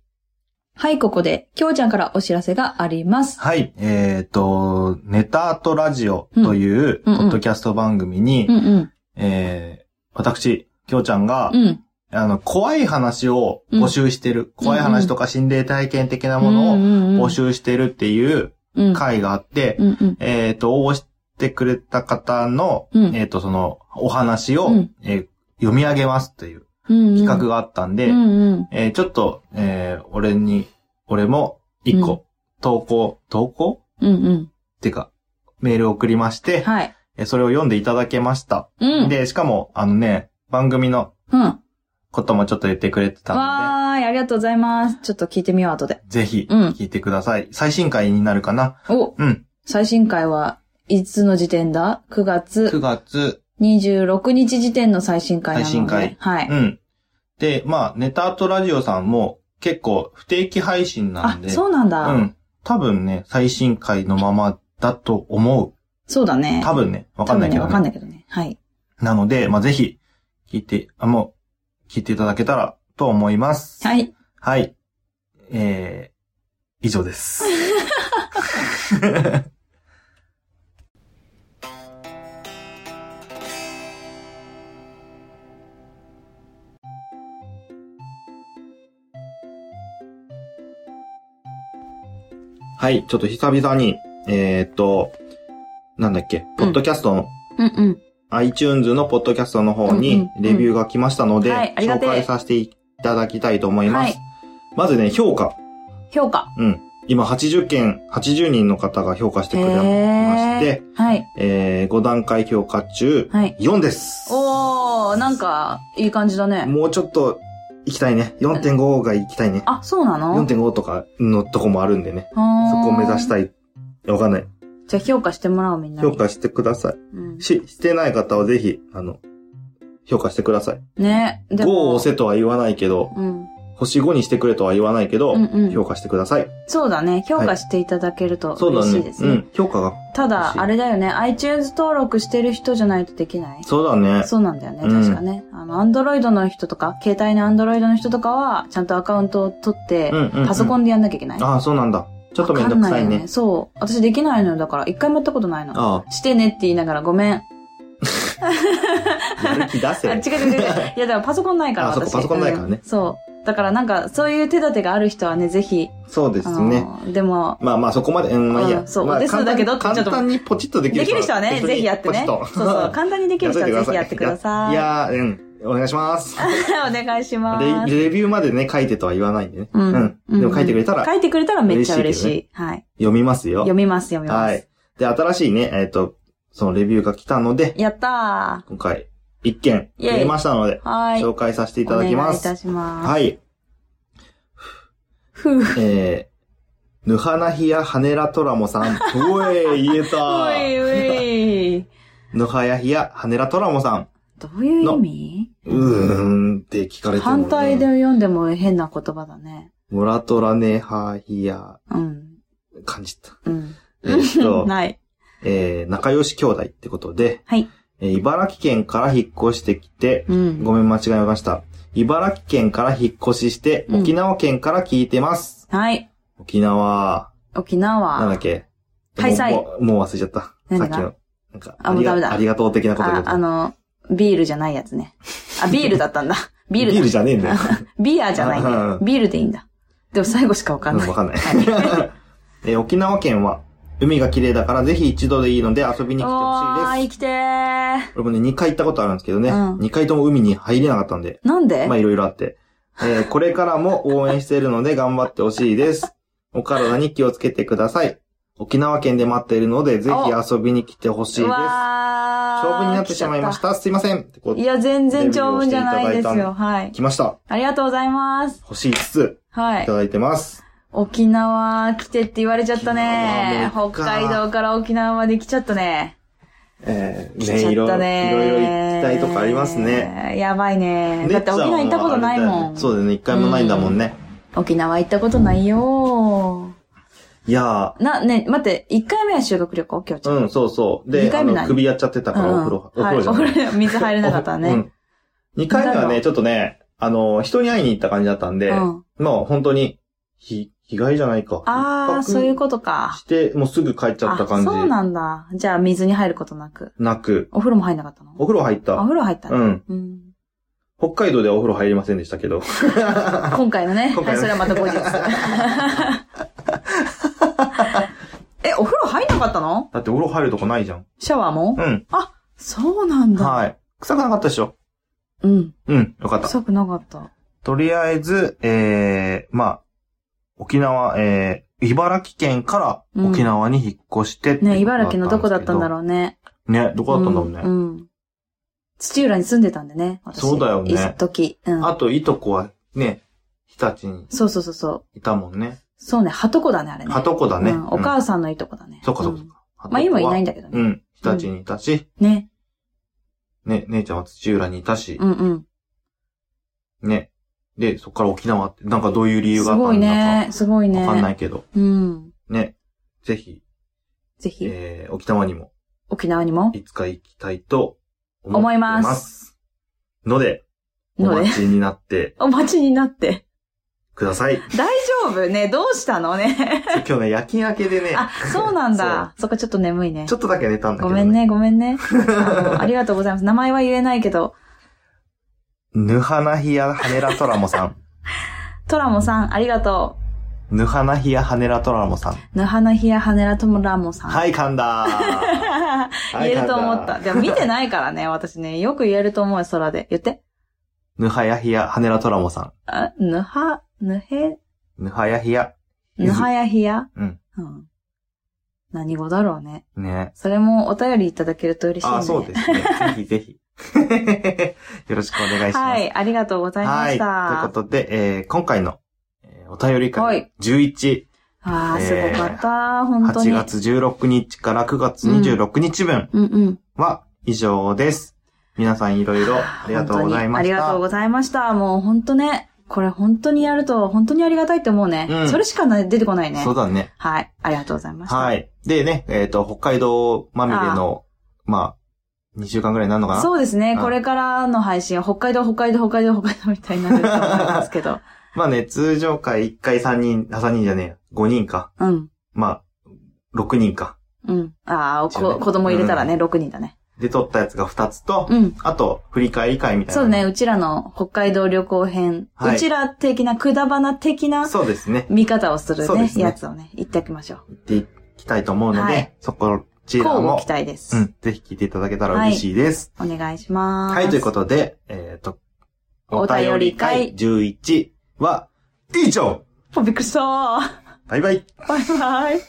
B: はい、ここで、きょうちゃんからお知らせがあります。
A: はい。えっ、と、ネタアートラジオという、
B: う
A: ポ
B: んうんうん
A: ッドキャスト番組に、
B: うんうん。
A: えー私、きょうちゃんが、
B: うん。
A: あの、怖い話を募集してる、怖い話とか心霊体験的なものを
B: の
A: 募集してるっていう
B: うん
A: 会があって、
B: うんうん。
A: えっ、と、応募してくれた方の、
B: うん
A: えっ、と、その、お話を、
B: うん
A: えー読み上げますという
B: 企
A: 企画があったんで、
B: うんうん。
A: えーちょっと、えー俺に、俺も、一
B: うん
A: 個、投稿、投稿
B: うんうん。
A: っていうか、メールを送りまして、
B: はい。
A: えーそれを読んでいただけました。
B: うん。
A: で、しかも、あのね、番組の
B: うん。わ
A: こともちょっと言ってくれてたの
B: ーい、ありがとうございます。ちょっと聞いてみよう、後で。
A: で、ぜひ、
B: うん
A: 聞いてください。最新回になるかな
B: お
A: うん。
B: 最新回はいつの時点だ ?9
A: ?9
B: 月
A: 月、
B: 26日時点の最新回なので。
A: 最新回
B: は
A: う
B: い。
A: ん。で、まあ、ネタアートラジオさんも結構不定期配信な
B: あ
A: ん、で、
B: そうなんだ。
A: うん。多分ね、最新回のままだと思
B: そうだ
A: う。
B: ね。
A: 多分ね、わかんないけど
B: 多分ねわかん
A: ね。
B: ないけどね。はい。
A: なので、まあ、ぜひ、聞いて、あ、もう、聞いていただけたらと思います。。
B: はいい。
A: はい。えー、以上です。 はい、ちょっと久々に、えー、っと、なんだっけ、ポッドキャストの、
B: うんうん。
A: iTunes のポッドキャストの方
B: うん
A: に
B: うん
A: レビューが来ましたので、
B: はいありが
A: 紹
B: てえ
A: 介させていただきたいと思います。
B: はい
A: まずね、評価。
B: 評価。
A: うん。今80件、80人の方が評価してくれまして、
B: へーはい。
A: えー、5段階評価中、
B: はい
A: 4です。
B: おー、なんか、いい感じだね。
A: もうちょっと行きたいね。4.5が行きたいね。
B: あ、そうなの
A: 4.5とかのとこもあるんでね。そ
B: そ
A: こを目指した
B: い。
A: い。わかんない。
B: じゃあ評価してもらおう、みんなに。
A: 評価してくださ
B: うん
A: い。し、してない方はぜひ、あの、評価してください。
B: ね。で
A: 5
B: も
A: を押せとは言わないけど、
B: うん。
A: 星5にしてくれとは言わないけど、
B: うんうん
A: 評価してください。
B: そうだね。評価していただけると
A: そうだ
B: 嬉しい
A: ね
B: で。す
A: う
B: ね。
A: ん。評価が。
B: た
A: 嬉しい
B: だ、あれだよね。iTunes 登録してる人じゃないとできない。
A: そうだね。
B: そうなんだよね。
A: うん
B: 確かね。あの、アンドロイドの人とか、携帯のアンドロイドの人とかは、ちゃんとアカウントを取って、
A: んうん
B: パソコンでやんなきゃいけない。
A: ああ、そうなんだ。ちょっとめんどく
B: わか
A: さい
B: んな
A: ね。
B: よそう。私できないのよ。だから、一回もやったことないの。
A: あ
B: してねって言いながら、ごめん。あ、
A: あ、やる気出せ。
B: 違う違う違う。いや、だからパソコンないから、
A: あそっか
B: 私。
A: パソコンないからね
B: うんそう。だからなんか、そういう手立てがある人はね、ぜひ、
A: そうで
B: あ
A: す
B: の
A: ね。
B: でも、
A: まあまあそこまで、うん、まあいい
B: うん
A: や。
B: そう
A: まあ
B: お手数だけど
A: 簡
B: ちょ
A: 単
B: っと
A: 簡単にポチッとできる
B: できる人はね、
A: 別に
B: ぜひやってね。そ
A: ポ
B: う
A: チッと
B: そう。 簡単にできる人はぜひやってください。
A: やってくださいいやー、うん。お願いします。
B: お願いします。
A: レレビューまでね、書いてとは言わないんでね。でも書いてくれたら
B: 書いてくれたらめっちゃ嬉しい。
A: 嬉しい
B: はい。
A: 読みますよ。
B: 読みます、読みます。
A: はい。で、新しいね、えっ、と、そのレビューが来たので、
B: やった
A: 今回、一件、
B: イェイ
A: 入れましたので
B: ー。、はい。
A: 紹介させていただきま
B: お
A: す。
B: 願いいたします。い。
A: はい。
B: ふう。
A: えー、ぬはなひやはねらとらもさん。おえ、言え
B: お
A: た。
B: いおい。
A: ぬはやひやはねらとらもさん。
B: どういう意味
A: うーんって聞かれても、ね。
B: 反対で。読んでも変な言葉だね。
A: もらとらねはひや、
B: うん。
A: 感じた。
B: うん。
A: えっと、
B: ない。
A: えー仲良し兄弟ってことで、
B: はい。
A: えー茨城県から引っ越してきて、
B: うん。
A: ごめん、間違えました。茨城県から引っ越しして、
B: うん
A: 沖縄県から聞いてます。
B: はい。
A: 沖縄、
B: 沖
A: なんだ
B: 縄
A: っ。け
B: 開催
A: もうもうもう忘れちゃった。さ
B: 何
A: っ
B: が
A: きの。なんか
B: あ
A: ありが
B: もうダメだ
A: ありがとう的なこと言う
B: あ、
A: と
B: あの、ビールじゃないやつね。あ、ビールだったん だ。ビール
A: ビール
B: だ。
A: じゃねえんだ よ。
B: ビアじゃない
A: うん
B: ね。ビールでいいんだ。でも最後しかわかんない。
A: わかんない
B: は
A: えー沖縄県は、海が綺麗だからぜひ一度でいいので遊びに来て
B: お
A: ほし
B: ー、
A: い
B: 生
A: です。
B: きてー。
A: 俺もね、2回行ったことあるんですけどね、
B: うん
A: 2回とも海に入れなかったんで、
B: なんで
A: まあいろいろあって。えーこれからも応援しているので頑張ってほしい です。お体に気をつけてください。沖縄県で待っているので、ぜひ遊びに来てほしいです。
B: う
A: 長
B: わー
A: 文になってしまいまし。た。すいません。ってこ、
B: 来ちゃったいうや、全然長文じゃないです
A: レビューをしていただいた
B: よ。はい。
A: 来ました。
B: ありがとうございます。
A: 欲しいつ
B: はい
A: いた。だいてます。
B: 沖縄来てって言われちゃったね。
A: 沖縄も
B: 北
A: う行くか
B: 海道から沖縄まで来ちゃったね。
A: えー、
B: 来ち
A: ね、い
B: ゃ
A: ろ
B: っ
A: い
B: た
A: ろ、
B: ね。
A: いろいろ行きたいとこありますね。。
B: やばいね。だって沖縄行ったことないもん。
A: そうだよね、一回もないんだもんね。
B: 沖縄行ったことないよ
A: いや
B: な、ね、待って、1回目は修学旅行、今日ち
A: ー、
B: ゃん。
A: うん、そうそう。
B: 二
A: で、
B: 回
A: あ
B: 目
A: の
B: ない、
A: 首やっちゃってたから、お風呂、お風呂じゃ
B: は、
A: ない
B: お
A: い。
B: 風呂、水入れなかった
A: う
B: ね。
A: ん。2回目はね、ちょっとね、あの、人に会いに行った感じだったんで、
B: うん
A: まあ本当に、ひ、被害じゃないか。
B: ああ、
A: 一泊
B: そういうことか。
A: して、もうすぐ帰っちゃった感じ。
B: あそうなんだ。じゃあ、水に入ることなく。
A: なく。
B: お風呂も入んなかったの
A: お風呂入っ
B: あお
A: た。
B: 風呂入った
A: う
B: ね。
A: ん。
B: うん。
A: 北海道ではお風呂入りませんでしたけど。
B: 今回のね。
A: 今
B: は
A: 回
B: い、
A: の
B: そ
A: ね
B: れはまた 後日。え、お風呂入んなかったの
A: だってお風呂入るとこないじゃん。
B: シャワーも
A: うん。
B: そうなんだ。
A: はい。臭くなかったでしょ
B: うん。
A: うん。よかった。
B: 臭くなかった。
A: とりあえず、えー、まあ、沖縄、えー、茨城県から沖縄に引っ越してって
B: ね、茨城のどこだったんだろうね。
A: う。ね、どこだったんだろうね。
B: うん。うん土浦に住んでたんでね、私。
A: そうだよね
B: 一時。うん。
A: あと、いとこはね、日立に
B: そうそうそうそう。
A: いたもんね。
B: そうね、はとこだね、あれね。
A: はとこだね。
B: うんお母さんのいとこだね。
A: そっかそっか
B: う
A: そっ
B: ん
A: か。はとこ
B: ま
A: は
B: あ今いないんだけど
A: う
B: ね。
A: ん。日立にいたし、
B: ね。
A: ね、姉ちゃんは土浦にいたし
B: う、んうん。
A: ね。で、そっから沖縄って、なんかどういう理由
B: す
A: があった
B: ごい
A: んだ
B: ね。すごい
A: か
B: ね。
A: わかんないけど、
B: うん。
A: ね。ぜひ、
B: ぜひ、
A: えー、沖縄にも
B: 沖縄にも。
A: いつか行きたいと思
B: 思い
A: い
B: ます
A: ます。ので、お
B: ので
A: 待ちになって
B: お待ちにな って。
A: ください。
B: 大丈夫ね、どうしたのね。
A: 今日ね、夜勤明けでね、
B: あ、そうなんだ。そっか、ちょっと眠いね
A: ちょ。っとだけ寝たんだけ
B: ご
A: ど、
B: めん。ね、ごめんね。 あのありがとうございます。名前は言えないけど、
A: ぬはなひやはねらとらもさ ん。
B: トラモさん、ありがと
A: ぬはなひやはねらとらもさん。
B: う。ぬはなひやはねらともらもさん。
A: はい、噛んだーはい
B: 言えると思っ
A: 噛
B: た。
A: んだ
B: でも見てないからね、私ね。よく言えると思うよ、空で。言って。
A: ぬはやひや、はねらとらもさ
B: あ、ぬは、ぬへ、
A: ん。ぬはやひや。
B: ぬはやひや。
A: うん。
B: うん。何語だろうね。
A: ね。
B: それもお便りいただけると嬉しいね。
A: あ、そうです ね。ぜひぜひ。 よろしくお願いします。
B: はい、ありがとうございま
A: は
B: し
A: い。と
B: た。
A: いうことで、えー今回の、えーお便り
B: は
A: 会
B: い
A: 11、
B: ああ、すごかった、本当に。
A: 8月16日から9月26日分
B: うんうん。
A: は以上です。皆さんいろいろありがとうございました。
B: 本当にありがとうございました。もう本当ね、これ本当にやると本当にありがたいって思うね。
A: うん
B: それしかな出てこないね
A: そう。だね。
B: はい、ありがとうございました。。
A: はいい。でね、えっ、と、北海道まみれの、まあ、2週間ぐらいになるのかな
B: そうですね、
A: うん
B: これからの配信は北海道、北海道、北海道、北海道みたいになると思いますけ ど。
A: まあね、通常回1回3人、あ、3人じゃねえや、5人か。
B: うん。
A: まあ、6人か。
B: うん。ああ、
A: 一応
B: こ
A: ね
B: 子供入れたらね、6人だね。
A: で、撮ったやつが2つと、
B: うん。
A: あと、振り返り会みたいな。
B: そうね、。うちらの北海道旅行編。
A: はいう
B: ちら的な、くだばな的な
A: そうですね。
B: 見方をする
A: そう
B: ね
A: で、すね
B: やつをね、言っておきましょ
A: 行
B: う。
A: っていきたいと思うので、
B: はい
A: そこちら
B: こうご
A: も
B: 期、待です、
A: うん、ぜひ聞いていただけたら嬉しいです。
B: お願いします。
A: はい、ということで、えっ、と、
B: お便り会
A: お便り会11は、以上
B: と。びっくりしたー。
A: バイバイ
B: バイバイ。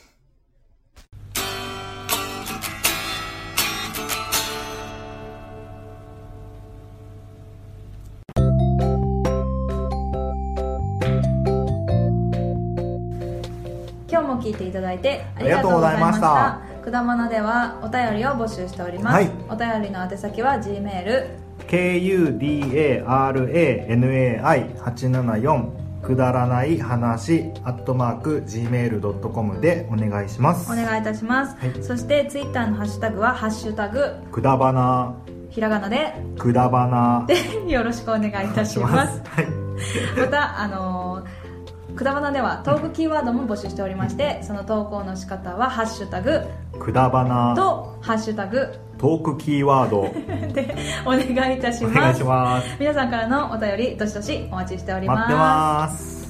B: 今日も聞いていただいてありがとうございました
A: あ。
B: くだまなではお便りを募集しております。
E: はい
B: お便りの宛先は G メール
E: kudaranai874
A: くだらない話アットマーク gmail.com でお願いします
B: お願いいたします、
A: はい
B: そしてツイッターのハッシュタグは「ハッシュタグ
A: くだばな
B: ひらがなで
A: くだばな」
B: でよろしくお願いいたします
A: はい
B: またあのーくだばなではトークキーワードも募集しておりましてその投稿の仕方は「ハッシュタグ
A: くだば」な
B: と「ハッシュタグ
A: トークキーワード」
B: でお願いいたし
A: お
B: ま
A: 願い
B: す
A: します
B: 皆さんからのお便りどしどしお待ちしており
A: 待ってます